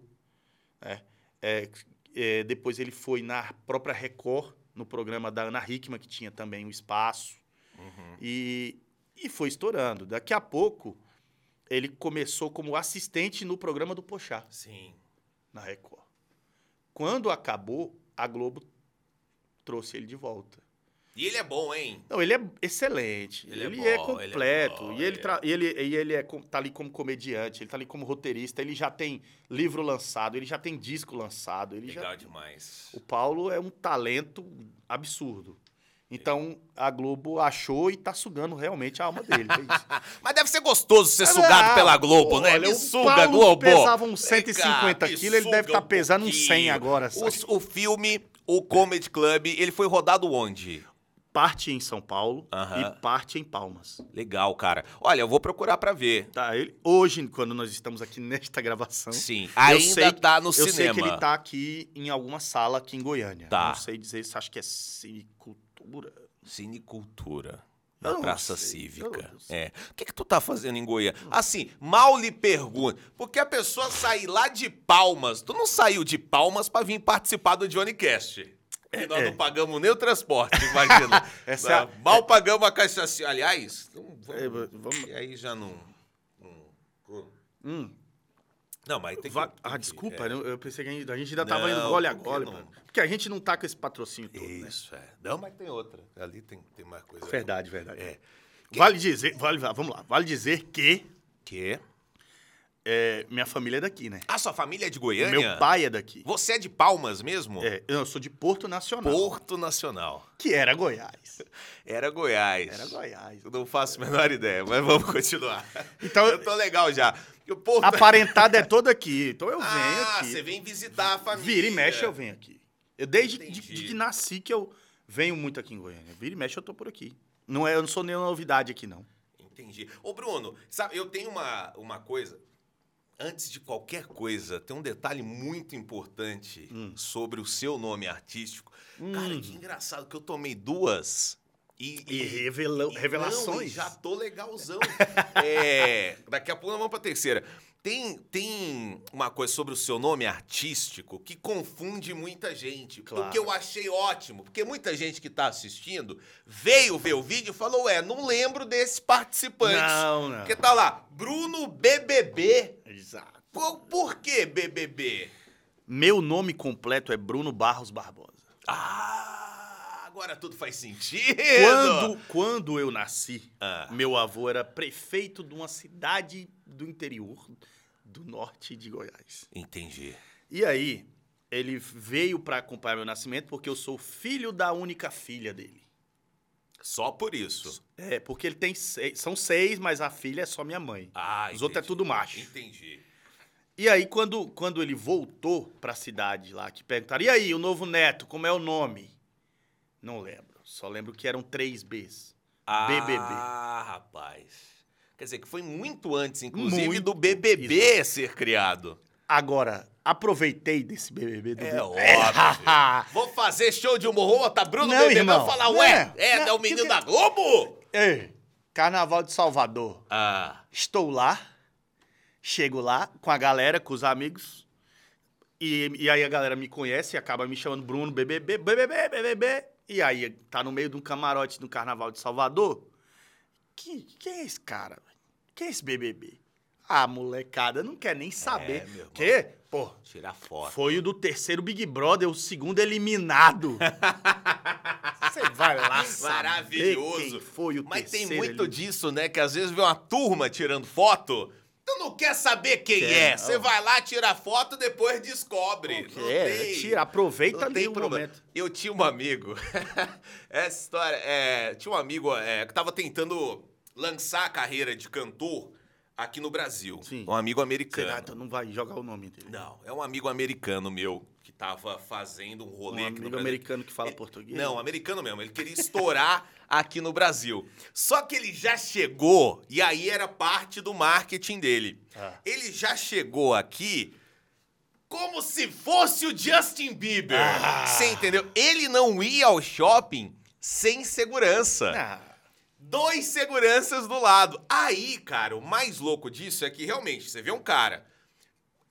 né? É, é, depois ele foi na própria Record, no programa da Ana Hickman, que tinha também um espaço.
Uhum.
E, e foi estourando. Daqui a pouco, ele começou como assistente no programa do Pochá,
Sim.
na Record. Quando acabou, a Globo trouxe ele de volta.
E ele é bom, hein?
Não, ele é excelente.
Ele
Ele,
é
é,
bom, ele é
completo.
bom,
e ele,
ele
tra- e ele, e ele é, com- tá ali como comediante, ele tá ali como roteirista, ele já tem livro lançado, ele já tem disco lançado, ele já
Legal demais.
o Paulo é um talento absurdo. Então, a Globo achou e tá sugando realmente a alma dele. É isso.
Mas deve ser gostoso ser
Ah,
sugado pela Globo, né?
olha,
Me
o
suga,
Paulo
Globo.
pesava uns
Vem
150
cá, me
quilos, ele deve
suga
estar
um
pesando uns 100
pouquinho.
agora. sabe?
O, o filme, o Comedy Club, ele foi rodado onde?
Parte em São Paulo
Aham.
e parte em Palmas.
Legal, cara. Olha, eu vou procurar pra ver.
Tá, ele, hoje, quando nós estamos aqui nesta gravação,
Sim. Ainda
sei-
tá no
eu
cinema.
sei que ele tá aqui em alguma sala aqui em Goiânia.
Tá.
Não sei dizer, acho que é cicultura.
Cinecultura.
Eu
Na
não
Praça
sei, eu
Cívica.
não sei.
É. O que, que tu tá fazendo em Goiânia? Assim, mal lhe pergunto. Porque a pessoa sair lá de Palmas. Tu não saiu de Palmas pra vir participar do Johnny Cast. E nós
é.
não pagamos nem o transporte, imagina.
Essa é a-
Mal pagamos a caixa. assim, Aliás, não
É,
vamos,
vamos-
e aí já não. não-
Hum.
Não, mas tem que.
Va-
tem
Ah,
que-
desculpa,
é.
eu- eu pensei que a gente- a gente ainda tava
Não,
indo gole a
por que
gole,
não?
mano. Porque a gente não tá com esse patrocínio todo, né?
Isso, é. Não, mas tem outra. Ali tem, tem mais coisa.
Verdade, verdade.
É.
Vale dizer, vale, vamos lá, vale dizer que
Que?
é, minha família é daqui, né?
A sua família é de
O
Goiânia?
Meu pai é daqui.
Você é de Palmas mesmo?
É, eu sou de Porto Nacional,
Porto Nacional.
que era Goiás.
Era Goiás.
Era Goiás.
Eu não faço a menor ideia, mas vamos continuar.
Então-
eu tô legal já. E O Porto...
A parentada é toda aqui, então eu venho
ah,
aqui.
você vem visitar a família.
Vira e mexe, eu venho aqui. Eu, desde de-
Entendi.
de que nasci que eu venho muito aqui em Goiânia. Vira e mexe, eu tô por aqui. Não é, eu não sou nenhuma novidade aqui, não.
Entendi. Ô, Bruno, sabe, eu tenho uma, uma coisa. Antes de qualquer coisa, tem um detalhe muito importante sobre o seu nome artístico. Cara,
Hum.
que engraçado que eu tomei duas e,
E revela-
e- não, e
revelações.
já tô legalzão. é, daqui a pouco nós vamos pra terceira. Tem, tem uma coisa sobre o seu nome artístico que confunde muita gente.
Claro.
O que eu achei ótimo, porque muita gente que tá assistindo veio ver o vídeo e falou: Ué, não lembro desse participante.
Não, não.
Porque tá lá, Bruno BBB.
Exato.
Por, por que BBB?
Meu nome completo é Bruno Barros Barbosa.
Ah, agora tudo faz sentido.
Quando, quando eu nasci,
Ah.
meu avô era prefeito de uma cidade do interior do norte de Goiás.
Entendi.
E aí, ele veio pra acompanhar meu nascimento porque eu sou filho da única filha dele.
Só por isso.
É, porque ele tem seis, são seis, mas a filha é só minha mãe.
Ah,
Os outros é
entendi.
tudo macho.
Entendi.
E aí, quando, quando ele voltou pra cidade lá, que perguntaram, e aí, o novo neto, como é o nome? Não lembro, só lembro que eram três Bs. BBB.
Ah, rapaz. Quer dizer, que foi muito antes, inclusive,
Muito.
do BBB ser criado.
Agora, aproveitei desse BBB do...
É óbvio. Vou fazer show de humor, Ô, tá Bruno
Não,
BBB,
irmão.
eu vou falar,
Não,
ué, é,
não,
é o menino
porque-
da Globo?
Ei, Carnaval de Salvador.
Ah,
Estou lá, chego lá com a galera, com os amigos, e, e aí a galera me conhece e acaba me chamando Bruno BBB, BBB, BBB. E aí tá no meio de um camarote do Carnaval de Salvador. Que, quem é esse cara? velho? Quem é esse BBB? Ah, molecada, não quer nem saber.
É, meu irmão.
Quê? Pô,
tirar foto.
foi o do terceiro Big Brother, o segundo eliminado. Você vai lá saber
Maravilhoso.
quem foi o
Mas tem
terceiro
muito
eliminado.
disso, né? Que às vezes vê uma turma tirando foto. Tu não quer saber quem
Quer
é.
não.
Você vai lá, tira a foto, depois descobre.
Pô,
Não
é,
tem-
tira, aproveita
não
ali
tem
o
problema.
momento.
Eu tinha um amigo. Essa história. é, tinha um amigo é, que tava tentando lançar a carreira de cantor aqui no Brasil.
Sim.
Um amigo americano.
Renato não vai jogar o nome dele.
Não, é um amigo americano meu que tava fazendo um
Um
rolê aqui no
amigo
Brasil.
americano que fala português.
É, Não, americano mesmo. Ele queria estourar aqui no Brasil. Só que ele já chegou, e aí era parte do marketing dele.
Ah.
Ele já chegou aqui como se fosse o Justin Bieber.
Ah.
Você entendeu? Ele não ia ao shopping sem segurança.
Ah,
Dois seguranças do lado. Aí, cara, o mais louco disso é que realmente você vê um cara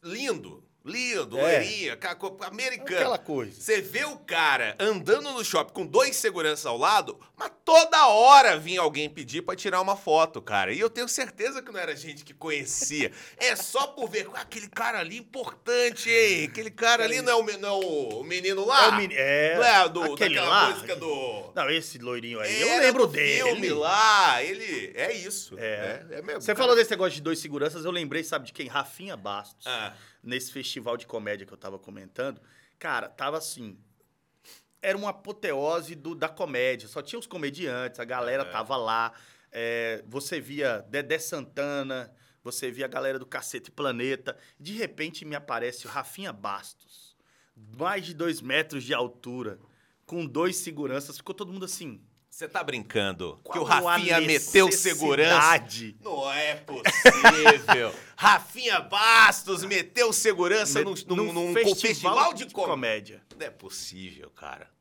lindo, lindo,
É.
loirinha, ca- co- americano.
aquela coisa.
Você vê o cara andando no shopping com dois seguranças ao lado, mas toda hora vinha alguém pedir pra tirar uma foto, cara. E eu tenho certeza que não era gente que conhecia. É só por ver "Ah, aquele cara ali importante, hein? Aquele cara ali não é o, men- não é o- o menino lá?
É o meni- é,
Ah! Não é do,
aquele
daquela
lá.
música do...
Não, esse loirinho aí, eu
Era
lembro
do
dele.
Filme lá, ele. É isso.
É.
é, é mesmo.
Você falou desse negócio de dois seguranças, eu lembrei, sabe de quem? Rafinha Bastos.
Ah,
Nesse festival de comédia que eu tava comentando. Cara, tava assim... Era uma apoteose do- da comédia. Só tinha os comediantes, a galera
É.
tava lá. É, você via Dedé Santana, você via a galera do Cacete Planeta. De repente me aparece o Rafinha Bastos, mais de dois metros de altura, com dois seguranças. Ficou todo mundo assim.
você tá brincando que o
qual a
Rafinha meteu segurança.
necessidade?
Não é possível. Rafinha Bastos meteu segurança num,
Met-
num, num festival, de comédia.
comédia.
Não é possível, cara.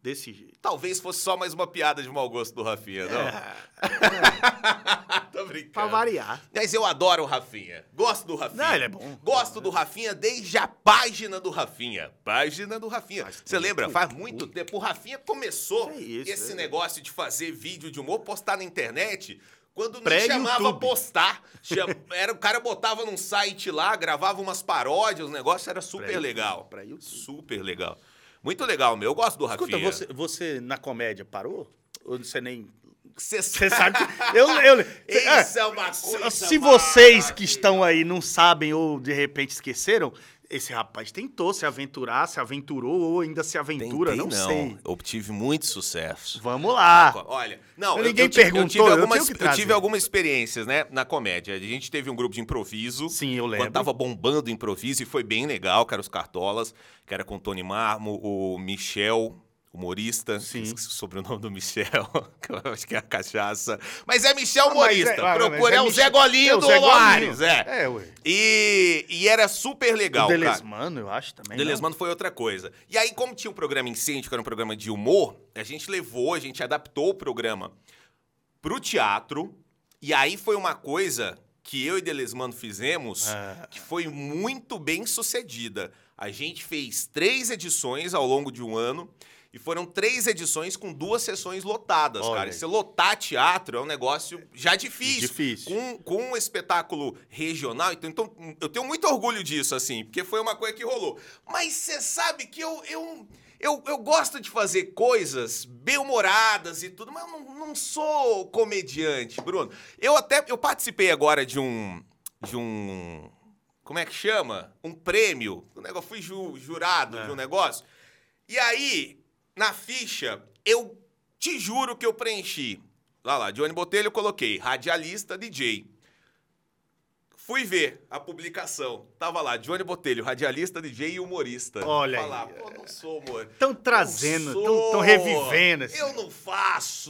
Desse jeito.
Talvez fosse só mais uma piada de mau gosto do Rafinha, não?
É,
Tô brincando.
pra variar.
Mas eu adoro o Rafinha. Gosto do Rafinha.
Não, ele é bom.
Gosto do Rafinha desde a página do Rafinha. Página do Rafinha.
Faz
Você
tempo,
lembra? Faz
pô.
muito tempo. O Rafinha começou
É isso,
esse
é.
negócio de fazer vídeo de humor, postar na internet. Quando não
Pré-YouTube.
chamava postar, cham- era, o cara botava num site lá, gravava umas paródias, o negócio era super
Pré-YouTube,
legal.
pré-YouTube.
Super legal. Muito legal, meu. Eu gosto do Rafinha.
Escuta, você, você na comédia parou? Ou você nem.
Cê
Você sabe que. Eu. eu é,
Isso é uma coisa
se vocês que estão aí não sabem ou de repente esqueceram, esse rapaz tentou se aventurar, se aventurou ou ainda se aventura, não, sei.
Obtive muito sucesso.
Vamos lá.
Olha, não, eu-
Ninguém
eu, tive- eu
perguntou,
tive
eu
algumas,
tenho que
eu
trazer.
tive algumas experiências, né, na comédia. A gente teve um grupo de improviso.
Sim, eu lembro.
Quando tava bombando o improviso, e foi bem legal, cara, os Cartolas, que era com o Tony Marmo, o Michel, humorista,
Sim.
esqueci o sobrenome do Michel, que eu acho que é a cachaça. Mas é Michel
Ah, mas
humorista,
é- ah, mas
procura, é,
é
o
Michel-
Zé Golinho
é o
do
Zé Golinho.
Lares, é.
É, ué.
E, e era super legal,
o
cara.
Delesmano, eu acho também. não?
Delesmano foi outra coisa. E aí, como tinha um programa incêndio, que era um programa de humor, a gente levou, a gente adaptou o programa pro teatro. E aí foi uma coisa que eu e Delesmano fizemos,
Ah.
que foi muito bem sucedida. A gente fez três edições ao longo de um ano. E foram três edições com duas sessões lotadas,
Olha
cara.
aí.
Você lotar teatro é um negócio já difícil
Difícil.
com, com um espetáculo regional. Então, então, eu tenho muito orgulho disso, assim, porque foi uma coisa que rolou. Mas você sabe que eu, eu, eu, eu gosto de fazer coisas bem-humoradas e tudo, mas eu não, não sou comediante, Bruno. Eu até eu participei agora de um. de um. Como é que chama? Um prêmio. Um negócio, fui ju- jurado
É.
de um negócio. E aí, na ficha, eu te juro que eu preenchi. Lá lá, Johnny Botelho, eu coloquei radialista DJ. Fui ver a publicação. Tava lá, Johnny Botelho, radialista, DJ e humorista.
Olha
Falar,
aí.
pô, não sou humorista.
Estão trazendo, estão revivendo. Assim.
Eu não faço.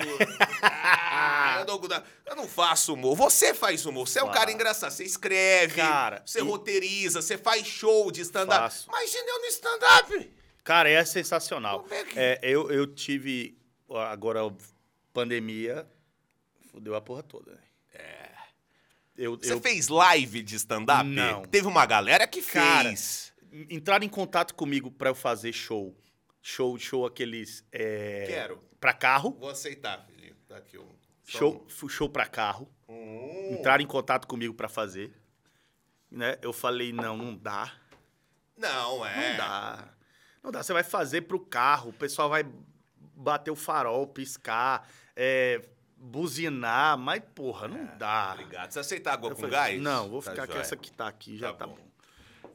Ah, eu, não, eu não faço humor. Você faz humor. Você é um
Faço.
cara engraçado. Você escreve,
Cara,
você
e-
roteiriza, você faz show de stand-up.
Faço.
Imagina eu no stand-up.
Cara, é sensacional.
Como é que-
É, eu, eu tive. ó, Agora, ó, pandemia. Fudeu a porra toda, né? É. Eu,
Você
eu-
fez live de stand-up?
Não.
Teve uma galera que
Cara,
fez.
Entraram em contato comigo pra eu fazer show. Show, show aqueles. É,
Quero.
Pra carro.
Vou aceitar, filho. Tá aqui um. só
Show, fu- show pra carro.
um.
Entraram em contato comigo pra fazer. Né? Eu falei, não, não dá.
Não, é.
Não dá. Não dá. Você vai fazer pro carro, o pessoal vai bater o farol, piscar, é, buzinar, mas, porra, não dá.
Obrigado. Você aceitar água
Eu
É. com
falei,
gás?
Não, vou
Tá
ficar com
joia.
essa que tá aqui, já
Tá
tá,
bom.
bom.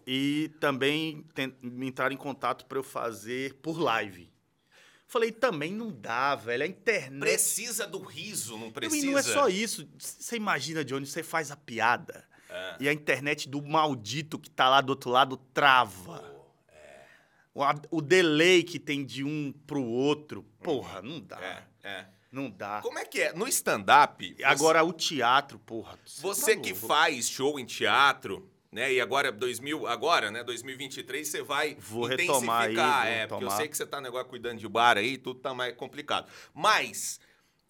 E também tent- me entraram em contato pra eu fazer por live. Falei, também não dá, velho. A internet
Precisa do riso, não
não,
precisa.
E não é só isso. Você imagina de onde você faz a piada.
É.
E a internet do maldito que tá lá do outro lado trava. O, a- o delay que tem de um pro outro. Porra, não dá.
Uhum. É, é.
Não dá.
Como é que é? No stand-up. você-
Tá. Agora o teatro, porra.
Você
tá
que
louco.
faz show em teatro, né? E agora 2000, agora, né, 2023 você vai
Vou
intensificar,
retomar aí, vou
é, porque eu
retomar.
sei que você tá negócio cuidando de bar aí, tudo tá mais complicado. Mas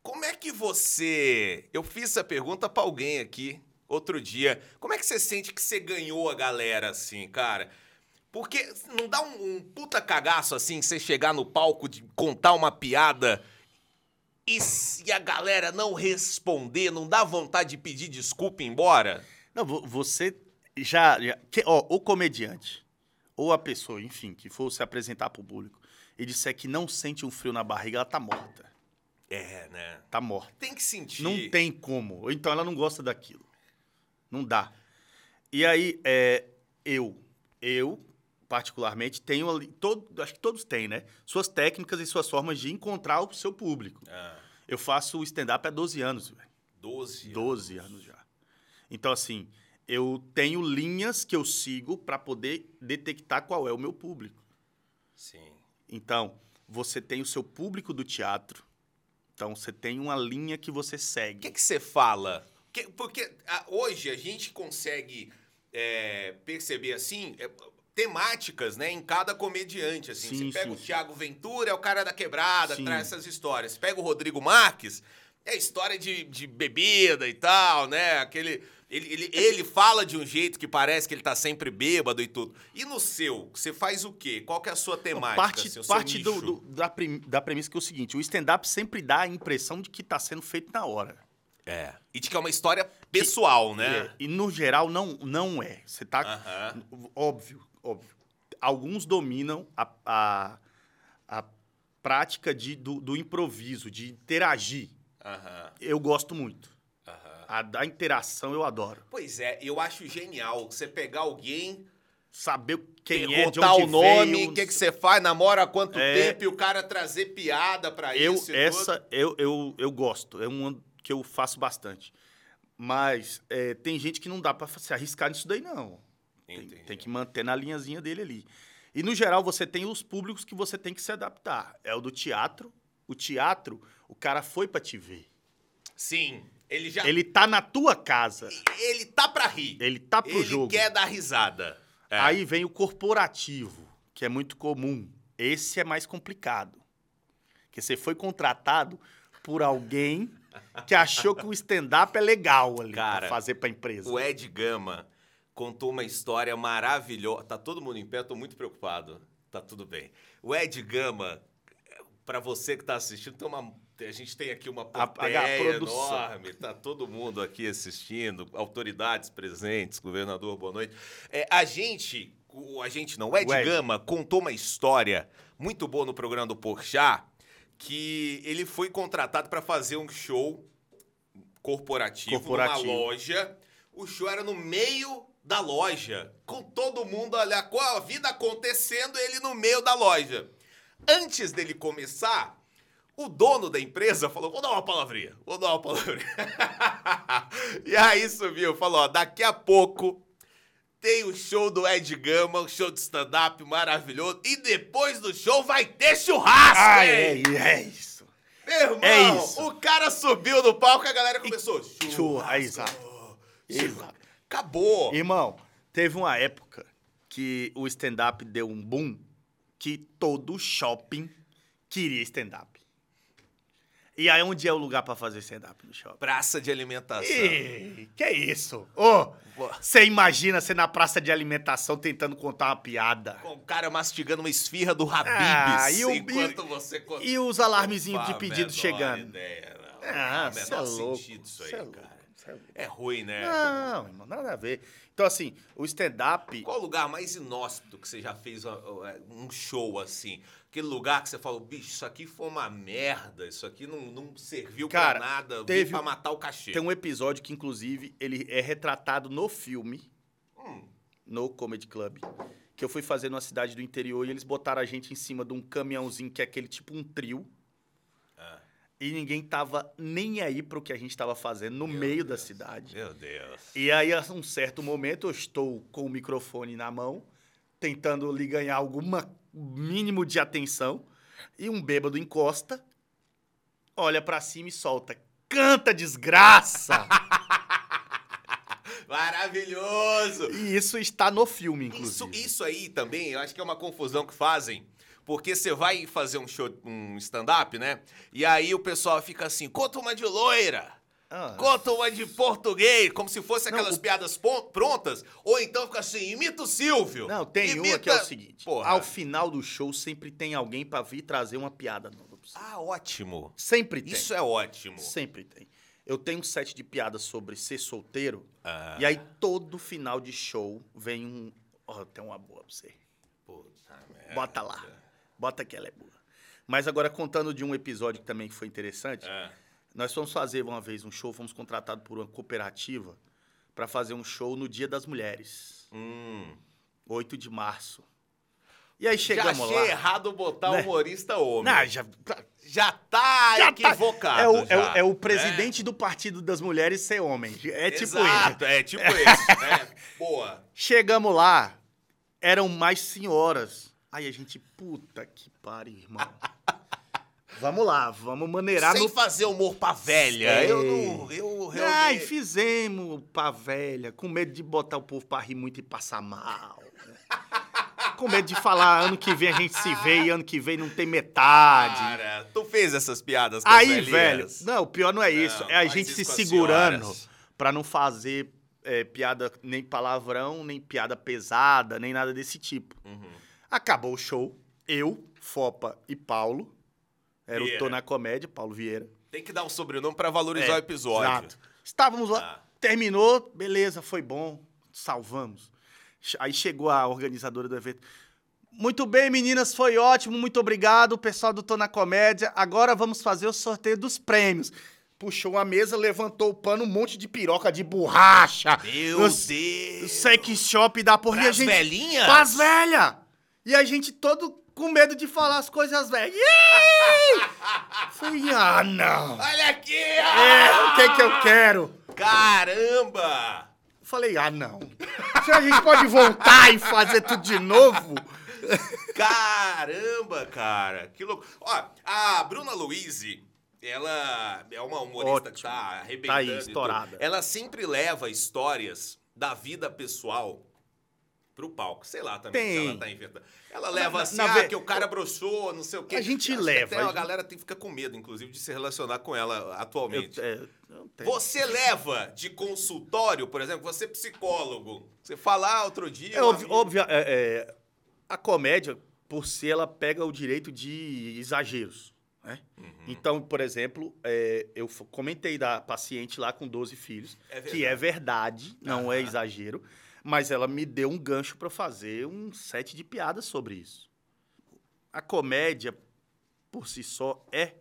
como é que você, eu fiz essa pergunta pra alguém aqui outro dia. Como é que você sente que você ganhou a galera assim, cara? Porque não dá um, um puta cagaço assim você chegar no palco de contar uma piada e se a galera não responder, não dá vontade de pedir desculpa e ir embora?
Não, vo- você já. já- que- ó, o comediante, ou a pessoa, enfim, que for se apresentar pro público e disser que não sente um frio na barriga, ela tá morta.
É, né?
Tá morta.
Tem que sentir.
Não tem como. Ou Então ela não gosta daquilo. Não dá. E aí, é, eu, eu, particularmente, tenho ali, todo, acho que todos têm, né? Suas técnicas e suas formas de encontrar o seu público.
Ah,
Eu faço stand-up há 12 anos, velho.
12.
12 anos já. Então, assim, eu tenho linhas que eu sigo para poder detectar qual é o meu público.
Sim.
Então, você tem o seu público do teatro. Então, você tem uma linha que você
O
segue.
que que você fala? Que- porque ah, hoje a gente consegue é, perceber assim. é, temáticas, né, em cada comediante, assim,
Sim,
você pega
sim,
o
sim.
Thiago Ventura, é o cara da quebrada,
Sim.
traz essas histórias. Você pega o Rodrigo Marques, é história de, de bebida e tal, né, aquele... Ele, ele, ele fala de um jeito que parece que ele tá sempre bêbado e tudo. E no seu, você faz o quê? Qual que é a sua temática?
Parte,
assim, o seu
parte do-
nicho?
do- da, prem- da premissa que é o seguinte: o stand-up sempre dá a impressão de que está sendo feito na hora. É,
É. E de que é uma história pessoal, né?
E, e, no geral não, não é. Você tá.
Aham.
Óbvio, óbvio. Alguns dominam a, a, a prática de, do, do improviso, de interagir.
Aham.
Eu gosto muito.
Aham.
A da interação eu adoro.
Pois é, eu acho genial você pegar alguém,
Saber quem é, de
perguntar
onde
o nome,
veio,
o que, que você faz, namora há quanto
É.
tempo e o cara trazer piada pra
Eu,
isso. e tudo.
essa, eu, eu, eu gosto. É uma que eu faço bastante. Mas é, tem gente que não dá pra se arriscar nisso daí, não. Tem,
Entendi.
tem que manter na linhazinha dele ali. E, no geral, você tem os públicos que você tem que se adaptar. É o do teatro. O teatro, o cara foi pra te ver.
Sim, ele já. Ele,
Ele tá na tua casa.
tá pra rir.
Ele tá pro
Ele
jogo.
quer dar risada. É.
Aí vem o corporativo, que é muito comum. Esse é mais complicado. Porque você foi contratado por alguém que achou que o stand-up é legal ali
Cara,
pra fazer pra empresa.
O Ed Gama contou uma história maravilhosa. Tá todo mundo em pé, eu tô muito preocupado. Tá tudo bem. O Ed Gama, pra você que tá assistindo, tem uma. A gente tem aqui uma
A- a
plateia
produção.
enorme, tá todo mundo aqui assistindo, autoridades presentes, governador, boa noite. É, a gente, o, a gente não, o Ed,
O Ed.
Gama contou uma história muito boa no programa do Porchat, que ele foi contratado pra fazer um show corporativo,
Corporativo.
numa loja. O show era no meio da loja, com todo mundo olha com a vida acontecendo, ele no meio da loja. Antes dele começar, o dono da empresa falou: "Vou dar uma palavrinha, vou dar uma palavrinha". e aí subiu, falou: ó, "Daqui a pouco tem o show do Ed Gama, o show de stand-up maravilhoso. E depois do show vai ter churrasco!
Ah,
hein?"
é, é isso.
Meu irmão,
É isso.
o cara subiu no palco e a galera começou.
Churrasco,
Churrasco.
exato.
Churrasco. Acabou.
Irmão, teve uma época que o stand-up deu um boom que todo shopping queria stand-up. E aí, onde é o lugar pra fazer stand-up no shopping?
Praça de alimentação.
Ih, que isso? Ô, você imagina você na praça de alimentação tentando contar uma piada.
Com o cara mastigando uma esfirra do Habib's
Ah, e o-
enquanto você... co-
E os alarmezinhos de
Não faz a
pedido
menor
chegando.
Ideia, não.
Ah,
Não faz
você é
menor
louco.
sentido isso aí,
cê é
cara.
louco, cê é louco.
É ruim, né?
Não, irmão, nada a ver. Então, assim, o stand-up...
Qual o lugar mais inóspito que você já fez ó, ó, é, um show assim? Aquele lugar que você falou, bicho, isso aqui foi uma merda, isso aqui não, não serviu
Cara,
pra nada, vim
teve-
pra matar o cachê.
Tem um episódio que, inclusive, ele é retratado no filme,
Hum.
no Comedy Club, que eu fui fazer numa cidade do interior e eles botaram a gente em cima de um caminhãozinho que é aquele tipo um trio.
Ah.
E ninguém tava nem aí pro que a gente tava fazendo no
Meu
meio
Deus.
da cidade.
Meu Deus.
E aí, a um certo momento, eu estou com o microfone na mão, tentando lhe ganhar alguma mínimo de atenção, e um bêbado encosta, olha pra cima e solta. Canta, desgraça!
Maravilhoso!
e isso está no filme,
Isso,
inclusive.
isso aí também, eu acho que é uma confusão que fazem. Porque você vai fazer um show, um stand-up, né? E aí o pessoal fica assim, conta uma de loira,
Ah,
conta uma de português, como se fosse
Não,
aquelas
o-
piadas pon- prontas. Ou então fica assim, imita o Silvio.
não, tem
imita...
uma que é o seguinte.
Porra.
Ao final do show, sempre tem alguém pra vir trazer uma piada nova pra você.
Ah, ótimo.
Sempre tem.
Isso é ótimo.
Sempre tem. Eu tenho um set de piadas sobre ser solteiro,
Ah,
E aí, todo final de show, vem um. Ó, tem uma boa pra você.
puta merda.
Bota lá. Bota que ela é boa. Mas agora, contando de um episódio que também foi interessante,
Ah,
nós fomos fazer uma vez um show, fomos contratados por uma cooperativa pra fazer um show no Dia das Mulheres,
hum.
8 de março. E aí
Já
chegamos
achei
lá.
errado botar
Né?
humorista homem.
Não, já,
Já tá
Já tá-
equivocado.
é, o, é o-
já.
é o presidente do Partido das Mulheres ser homem. É tipo ele.
Exato, é tipo isso. né? Boa.
Chegamos lá, eram mais senhoras. Aí a gente, puta que pariu, irmão. vamos lá, vamos maneirar
Sem
no.
fazer humor pra velha.
Sei. Ah,
Eu não. Eu
Ai,
realmente.
fizemos pra velha, com medo de botar o povo pra rir muito e passar mal. né? Com medo de falar ano que vem a gente se vê e ano que vem não tem metade.
Cara, tu fez essas piadas com as
Aí,
velhinhas?
velho, não, o pior não é isso.
Não,
é a
faz
gente
isso
se
com as
segurando
senhoras.
pra não fazer é, piada, nem palavrão, nem piada pesada, nem nada desse tipo.
Uhum.
Acabou o show. Eu, Fopa e Paulo. Era o
Vieira.
Tô na Comédia, Paulo Vieira.
Tem que dar um sobrenome pra valorizar
É,
o episódio.
Estávamos lá,
Tá.
terminou, beleza, foi bom, salvamos. Che- Aí chegou a organizadora do evento. Muito bem, meninas, foi ótimo, muito obrigado, pessoal do Tô na Comédia. Agora vamos fazer o sorteio dos prêmios. Puxou a mesa, levantou o pano, um monte de piroca de borracha.
Meu
Os-
Deus.
Sex shop da porra. E a
Pras
gente
velhinhas?
Pras velha! E a gente todo com medo de falar as coisas velhas. Falei, ah, não!
Olha aqui!
É, o que que eu quero?
Caramba!
Falei, ah, não. Se a gente pode voltar e fazer tudo de novo.
Caramba, cara, que louco. Ó, a Bruna Luizzi, ela é uma humorista que
Ótimo.
tá arrebentando.
Tá aí,
e tudo.
estourada.
Ela sempre leva histórias da vida pessoal pro palco. Sei lá também se
Tem.
ela tá inventando. Ela leva
na-
assim,
na
ah,
ve-
que o cara brossou, não sei o quê.
A gente
Acho que
leva,
Até
a
a
gente-
galera tem, fica com medo, inclusive, de se relacionar com ela
Eu,
atualmente.
é, eu tenho.
Você leva de consultório, por exemplo, você é psicólogo. Você fala ah, outro dia.
É
um
óbvio,
amigo-
óbvio, é- é, a comédia, por si, ela pega o direito de exageros. Né?
Uhum.
Então, por exemplo, é, eu f- comentei da paciente lá com 12 filhos,
É
que é verdade, não é exagero, mas ela me deu um gancho para fazer um set de piadas sobre isso. A comédia, por si só, é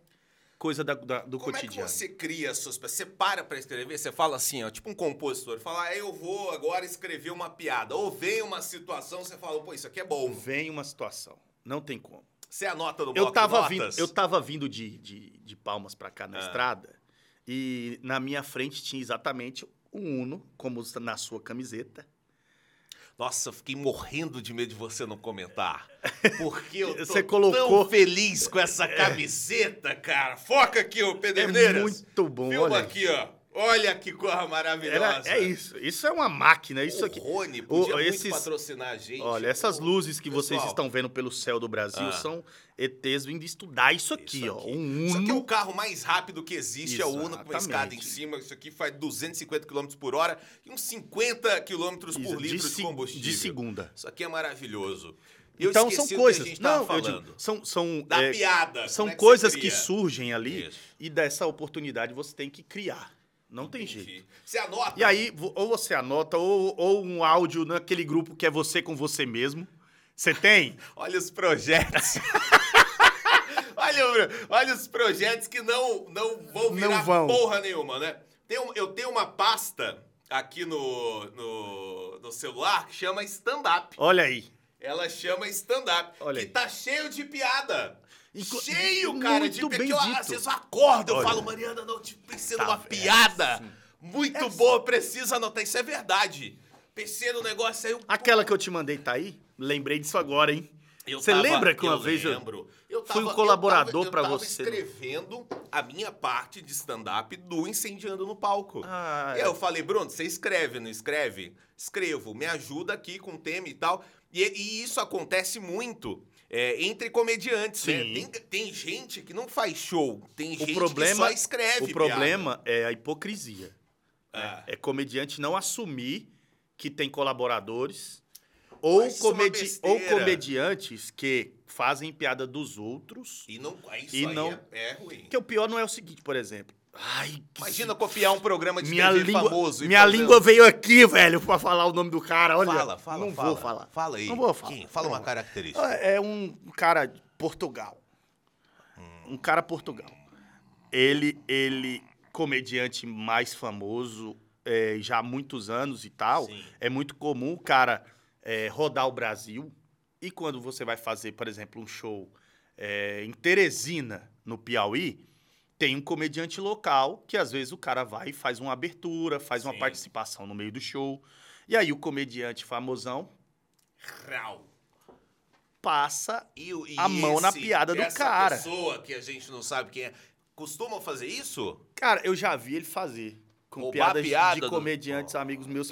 coisa da- da- do
Como
cotidiano.
é que você cria as suas peças? Você para pra escrever, você fala assim, ó, tipo um compositor, fala, ah, eu vou agora escrever uma piada. Ou vem uma situação, você fala, pô, isso aqui é bom.
Vem uma situação, não tem como.
Você anota no bloco
Eu tava
de
vindo,
notas.
eu tava vindo de, de, de Palmas pra cá na
Ah.
estrada e na minha frente tinha exatamente um Uno, como está na sua camiseta.
Nossa, eu fiquei morrendo de medo de você não comentar. Porque eu tô
Você colocou-
tão feliz com essa camiseta, cara. Foca aqui, ô
É
Pederneiras.
muito bom,
Filma
olha.
aqui, ó. Olha que cor
Era-
maravilhosa.
é isso, isso é uma máquina, isso
o
aqui.
Rony podia
Ô,
muito
esses-
patrocinar a gente.
Olha, essas
Pô,
luzes que vocês
pessoal.
estão vendo pelo céu do Brasil
Ah.
são ETs vindo estudar isso aqui,
Isso
ó.
aqui.
Um
Isso aqui é o
Uno.
carro mais rápido que existe, é o Uno com uma
Exatamente.
escada em cima. Isso aqui faz 250 km por hora e uns 50 km por litro de,
se-
combustível.
de segunda.
Isso aqui é maravilhoso. Eu
então
esqueci
são
do que a
coisas.
gente
Não,
tava
eu
falando.
digo, são, são,
da
é,
piada.
são
como é que
coisas
você
que
cria?
surgem ali
Isso.
e dessa oportunidade você tem que criar. Não tem
Entendi.
jeito.
Você anota.
E aí, vo- ou você anota, ou, ou um áudio naquele grupo que é você com você mesmo. Você tem?
Olha os projetos. olha, o- olha os projetos que não, não vão
Não
virar
vão.
porra nenhuma, né? Tem um- eu tenho uma pasta aqui no, no, no celular que chama stand-up.
Olha aí.
Ela chama stand-up.
Olha
que
aí.
tá cheio de piada.
Inclu-
cheio, cara, de piada.
Muito bem
que eu, ah,
dito.
Às vezes eu acordo, eu
Olha.
falo, Mariana, não, te pensei
Tá
numa
vendo?
piada muito
Essa-
boa, precisa anotar. Isso é verdade. Pensei no negócio aí. eu-
Aquela que eu te mandei tá aí? Lembrei disso agora, hein?
Eu
Você
tava-
lembra que uma
eu
vez eu-
lembro. eu
fui um colaborador
eu
pra
tava
você? né?
escrevendo a minha parte de stand-up do Incendiando no Palco.
Ah,
E aí eu falei, Bruno, você escreve, não escreve? Escrevo, me ajuda aqui com o tema e tal. E, e isso acontece muito é, entre comediantes, né?
Sim.
Tem, tem gente que não faz show, tem gente que
problema-
só escreve
o problema é a hipocrisia.
piada.
É comediante não assumir que tem colaboradores
Mas
ou,
isso é uma
comedi- ou
besteira.
comediantes que fazem piada dos outros.
E não, aí isso
E
aí
não-
é, é ruim.
Porque o pior não é o seguinte, por exemplo. Ai, que
Imagina copiar um programa de
minha
TV
língua,
famoso e
minha
fazer- um-
língua veio aqui, velho, pra falar o nome do cara. Olha,
Fala, fala,
não
fala.
vou falar.
Fala aí.
Não vou falar.
Quem? Fala
Não
uma
vou.
característica.
É um cara de Portugal. Um cara Portugal. Ele, ele, comediante mais famoso é, já há muitos anos e tal.
Sim.
É muito comum o cara é, rodar o Brasil. E quando você vai fazer, por exemplo, um show é, em Teresina, no Piauí, tem um comediante local que às vezes o cara vai e faz uma abertura, faz uma
Sim.
participação no meio do show. E aí o comediante famosão
Rau.
passa
E, o- e
A mão na piada do
essa
cara.
pessoa que a gente não sabe quem é, costuma fazer isso?
Cara, eu já vi ele fazer. Com
Roubar
piadas
a piada
de
do-
comediantes, amigos meus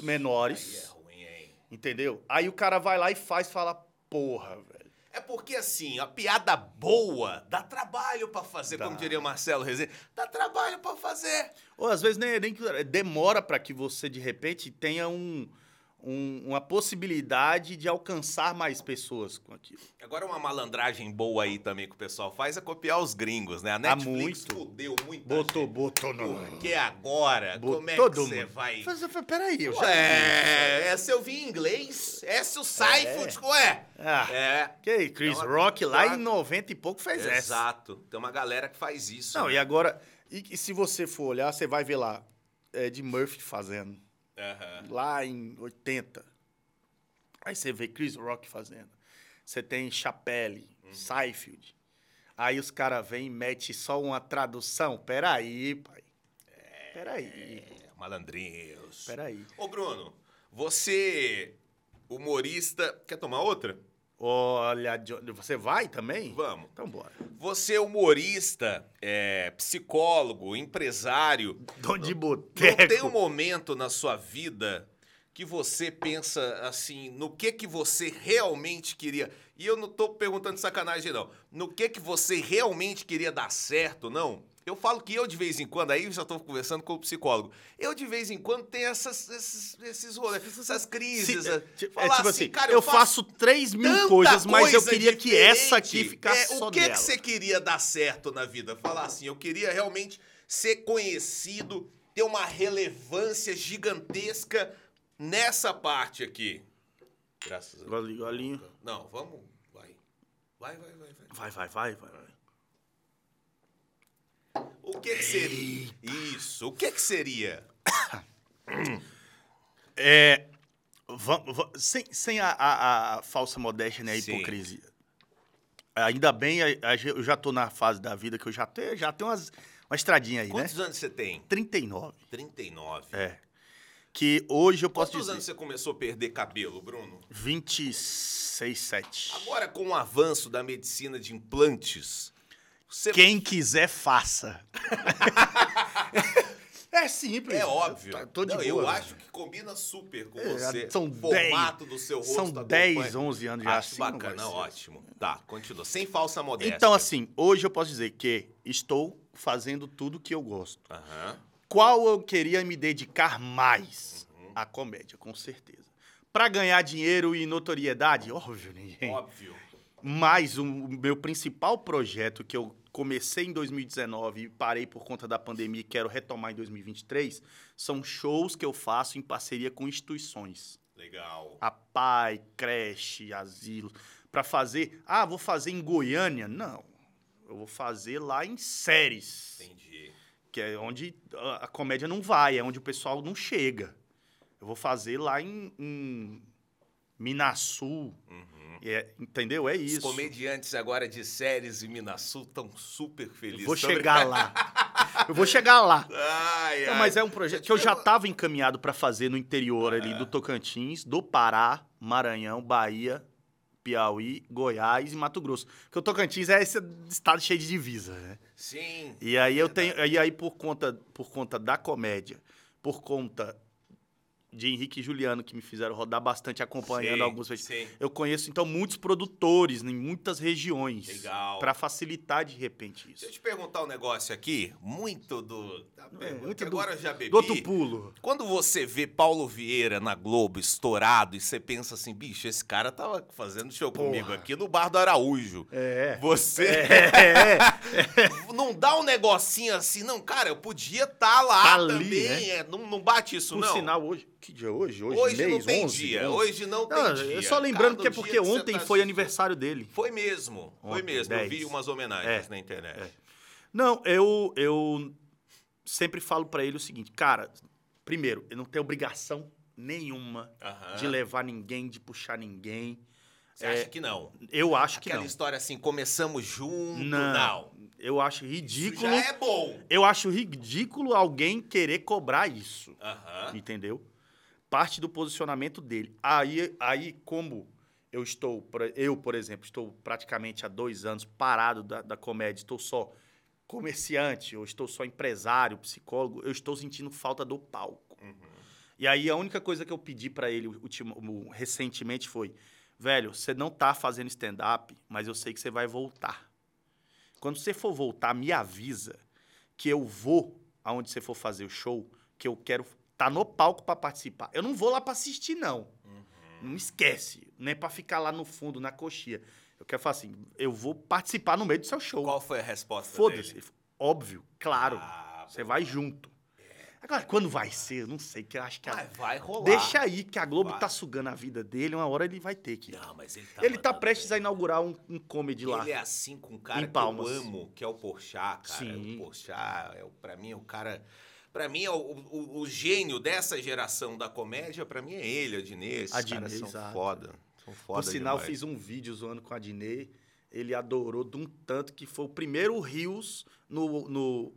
Aí
menores.
é ruim, hein?
Entendeu? Aí o cara vai lá e faz fala, porra, velho.
É porque, assim, a piada boa dá trabalho pra fazer,
Dá.
como diria o Marcelo Rezende. Dá trabalho pra fazer.
Ou às vezes nem, nem que- é, demora pra que você, de repente, tenha um, um- uma possibilidade de alcançar mais pessoas com aquilo.
Agora, uma malandragem boa aí também que o pessoal faz é copiar os gringos, né? A
Dá
Netflix
muito.
fudeu muito.
Botou, botou no.
Porque agora,
Botou
como é que
todo
você
mundo.
vai... É.
Mas, mas, peraí, eu já.
Ué, essa eu vi em inglês, essa o Seinfeld, ué.
Ah,
É,
Que aí, Chris
Então,
Rock lá
tá.
em 90 e pouco fez essa.
exato. Tem uma galera que faz isso.
Não,
né?
e agora. E, e se você for olhar, você vai ver lá. É de Murphy fazendo.
Aham.
Lá em 80. Aí você vê Chris Rock fazendo. Você tem Chapelle,
Uhum.
Seinfeld. Aí os caras vêm e metem só uma tradução. Peraí, pai. Peraí,
É, malandrinhos.
peraí.
Ô, Bruno, você, humorista. Quer tomar outra?
Olha, Johnny, você vai também?
Vamos.
Então bora.
Você, humorista, é, psicólogo, empresário.
Dom de
Não tem
boteco.
um momento na sua vida que você pensa assim, no que que você realmente queria? E eu não tô perguntando de sacanagem não. No que que você realmente queria dar certo, não? Eu falo que eu de vez em quando, aí eu já tô conversando com o psicólogo. Eu de vez em quando tenho essas, esses, esses rolês, essas crises.
Se-
a-
é, tipo
falar
assim,
cara,
eu, faço 3 mil
tanta
coisas, mas eu
coisa
queria que
diferente.
essa aqui ficasse
É,
só
O que,
dela.
que você queria dar certo na vida? Falar assim, eu queria realmente ser conhecido, ter uma relevância gigantesca nessa parte aqui. Graças a Deus.
Golinho, golinho.
Não, vamos. Vai. Vai, vai, vai, vai.
Vai, vai, vai, vai. vai.
O que, que seria? Isso, o que, que seria?
Né? É, va- va- sem sem a, a- a falsa modéstia, né, a
Sim.
hipocrisia. Ainda bem, a- a ge- eu já tô na fase da vida que eu já tenho, já tenho umas, uma estradinha aí, né?
Quantos anos você tem?
39.
39.
É. Que hoje eu posso
Quantos
dizer
anos você começou a perder cabelo, Bruno?
26, 7.
Agora, com o avanço da medicina de implantes, você
Quem quiser, faça. é simples.
É óbvio.
Tá- Tô de
Não,
boa.
Eu acho que combina super com
É,
você.
são
o formato do seu rosto.
São
acompanha.
10, 11 anos já.
Acho
assim não vai
bacana,
ser.
ótimo. Tá, continua. Sem falsa modéstia.
Então, assim, hoje eu posso dizer que estou fazendo tudo que eu gosto.
Aham.
Qual eu queria me dedicar mais? A comédia, com certeza. Pra ganhar dinheiro e notoriedade? Óbvio, né, ninguém.
Óbvio.
Mas um, o meu principal projeto que eu comecei em 2019 e parei por conta da pandemia e quero retomar em 2023 são shows que eu faço em parceria com instituições.
Legal.
A PAI, creche, asilo, para fazer, ah, vou fazer em Goiânia? Não. Eu vou fazer lá em Séries
Entendi.
que é onde a a comédia não vai, é onde o pessoal não chega. Eu vou fazer lá em, em Minasul,
Uhum.
é, entendeu? É
Os
isso.
comediantes agora de séries e Minasul estão super felizes.
vou
Tão-
chegar lá. Eu vou chegar lá.
Ai, ai.
Não, mas é um projeto que eu já estava encaminhado para fazer no interior
É.
ali do Tocantins, do Pará, Maranhão, Bahia, Piauí, Goiás e Mato Grosso. Porque o Tocantins é esse estado cheio de divisa, né?
Sim.
E aí eu tenho, e aí por conta, por conta da comédia, por conta de Henrique e Juliano que me fizeram rodar bastante acompanhando
Sim,
alguns festivais.
Sim.
Eu conheço então muitos produtores em muitas regiões
Legal.
para facilitar de repente
Deixa eu
isso.
te perguntar um negócio aqui. Muito do. Da pergunta.
é, muito do-
agora eu já bebi.
Do outro pulo.
Quando você vê Paulo Vieira na Globo estourado e você pensa assim, bicho, esse cara tava fazendo show
Porra.
comigo aqui no Bar do Araújo.
É.
Você
É,
não dá um negocinho assim, não, cara, eu podia estar lá
Tá ali,
também. é, não, não bate isso,
por
não.
sinal hoje, que dia é hoje? Hoje,
hoje
mês
não tem
11,
dia.
11.
Hoje não tem
Não,
dia.
eu só lembrando
Cada
que é
dia
porque
você
ontem
tá
foi
assistindo.
aniversário dele.
Foi mesmo, foi
Ontem,
mesmo. Eu vi
10.
umas homenagens
É,
na internet.
Não, eu, eu sempre falo pra ele o seguinte, cara, primeiro, eu não tenho obrigação nenhuma
Aham.
de levar ninguém, de puxar ninguém.
Você acha que não?
Eu acho que
Aquela
não.
história assim, começamos junto,
Não.
não.
Eu acho
Isso
ridículo.
já é bom.
Eu acho ridículo alguém querer cobrar isso,
Aham.
entendeu? Parte do posicionamento dele. Aí, aí como eu estou, por- eu por exemplo, estou praticamente há dois anos parado da, da comédia, estou só comerciante, ou estou só empresário, psicólogo, eu estou sentindo falta do palco. E aí a única coisa que eu pedi pra ele ultima- o- recentemente foi: velho, você não tá fazendo stand-up, mas eu sei que você vai voltar. Quando você for voltar, me avisa que eu vou aonde você for fazer o show, que eu quero estar no palco pra participar. Eu não vou lá pra assistir, não.
Uhum.
Não esquece. Nem pra ficar lá no fundo, na coxia. Eu quero falar assim: eu vou participar no meio do seu show.
Qual foi a resposta
Foda-se.
dele?
Ele falou, Óbvio, claro.
Ah,
Você vai junto. Agora, quando vai ser, eu não sei, que eu acho que. a-
Mas vai rolar.
Deixa aí, que a Globo
Vai.
tá sugando a vida dele, uma hora ele vai ter que. ir.
Não, mas ele tá
ele tá
mandando
prestes a
bem.
inaugurar um, um comedy lá.
Ele é assim com um cara
Em
que
Palmas.
eu amo, que é o Porchat, cara. É
Sim.
O Porchat, é, o- pra mim, é o cara... Pra mim, é o, o- o gênio dessa geração da comédia, pra mim, é ele, Adinê. Esses
Adnet,
caras são
exato.
foda. São foda
Por sinal,
demais.
fiz um vídeo zoando com a Dinei. Ele adorou de um tanto que foi o primeiro Rios no, no,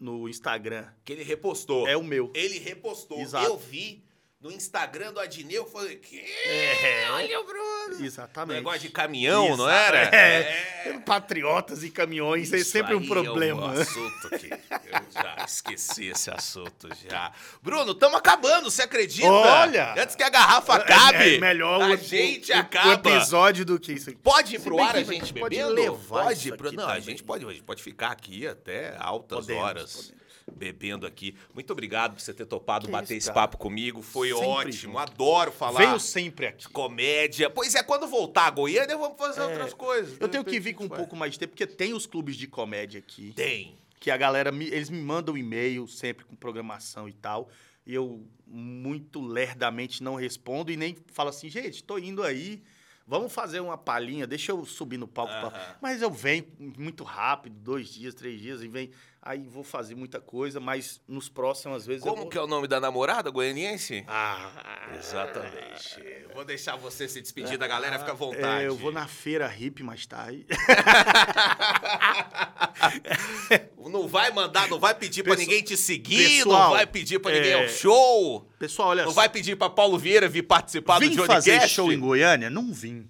no Instagram.
Que ele repostou.
É o meu.
Ele repostou.
Exato.
Eu vi. no Instagram do Adneu, eu falei, que?
É.
Olha o Bruno!
Exatamente.
Negócio de caminhão, não
Exa-
era?
É. Patriotas e caminhões é
Isso
sempre
aí
um problema.
É um assunto que eu já esqueci esse assunto já. Bruno, estamos acabando, você acredita?
Olha!
Antes que a garrafa acabe,
É melhor
a
o,
gente
o- o
acaba.
episódio do que isso aqui.
Pode ir
Se
pro
bem
ar
que
a
a gente
gente
pode
bebendo?
levar
pode.
isso
pro-
aqui
Não, a
também.
gente pode, a gente pode ficar aqui até altas
Podemos,
horas. Bebendo aqui. Muito obrigado por você ter topado
Que
bater
isso,
esse
cara.
papo comigo. Foi
Sempre
ótimo.
junto.
Adoro falar
Veio sempre aqui.
de comédia. Pois é, quando voltar a Goiânia, vamos fazer outras coisas.
É, Eu
De
tenho que
repente
vir com um
vai.
pouco mais de tempo, porque tem os clubes de comédia aqui.
Tem.
que a galera me- eles me mandam e-mail sempre com programação e tal. E eu muito lerdamente não respondo e nem falo assim, gente, tô indo aí, vamos fazer uma palhinha, deixa eu subir no palco. pra-"
Aham.
Mas eu venho muito rápido, dois dias, três dias, e vem. Aí vou fazer muita coisa, mas nos próximos, às vezes. eu
Como
vou...
que é o nome da namorada goianiense?
Ah,
Exatamente. Ah, Vou deixar você se despedir da galera, fica à vontade.
É, eu vou na feira hippie mais tarde.
Não vai mandar, não vai pedir pra
Pessoal-
ninguém te seguir, não
pessoal,
vai pedir pra ninguém
é,
ao show,
Pessoal, olha
não
só.
vai pedir pra Paulo Vieira vir participar do
Vim
Johnny
fazer
Cash.
show em Goiânia? Não vim,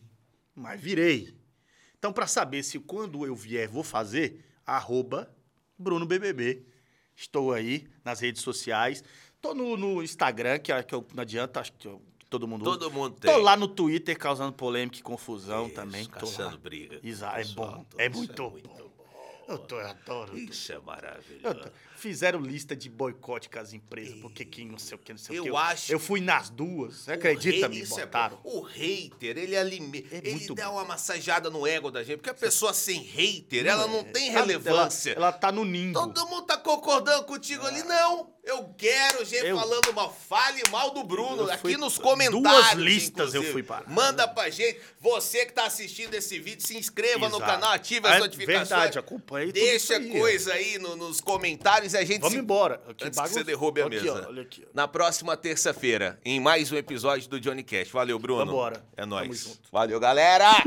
mas virei. Então, pra saber se quando eu vier vou fazer, arroba BrunoBBB. Estou aí nas redes sociais. Tô no, no Instagram, que, é- que eu- não adianta, acho que eu- todo mundo usa.
Todo mundo tem.
Tô lá no Twitter causando polêmica e confusão
Isso,
também. Tô
Caçando
lá.
briga.
Isa- é
Pessoal,
bom,
todo
é
isso
muito,
bom.
bom. Eu, tô, eu adoro. eu tô-
Isso é
eu
maravilhoso.
tô- Fizeram lista de boicote com as empresas, porque quem não sei o que, não sei
Eu
o que.
acho-
Eu fui nas duas, você
O
acredita?
hate-
Me
isso é bom.
botaram.
o hater, ele alimenta.
É
ele
muito
dá
bom.
uma massageada no ego da gente, porque a pessoa sem hater,
é,
ela não tem
Ela-
relevância.
Ela, ela tá no ninho.
Todo mundo tá concordando contigo ali. Não, eu quero gente
Ah. Eu-
falando mal. Fale mal do Bruno
Eu fui-
aqui nos comentários.
duas listas
inclusive.
eu fui parar.
Manda pra gente. Você que tá assistindo esse vídeo, se inscreva no
Exato.
canal, ative as
É
notificações.
Verdade, acompanha tudo
Deixa
isso aí.
coisa aí no- nos comentários e a gente
Vamos
se...
embora. Aqui,
Antes que você derrube a
Aqui,
mesa.
ó, olha aqui. ó.
Na próxima terça-feira, em mais um episódio do Johnny Cash. Valeu, Bruno.
Vambora.
É
Tamo
nóis.
junto.
Valeu, galera!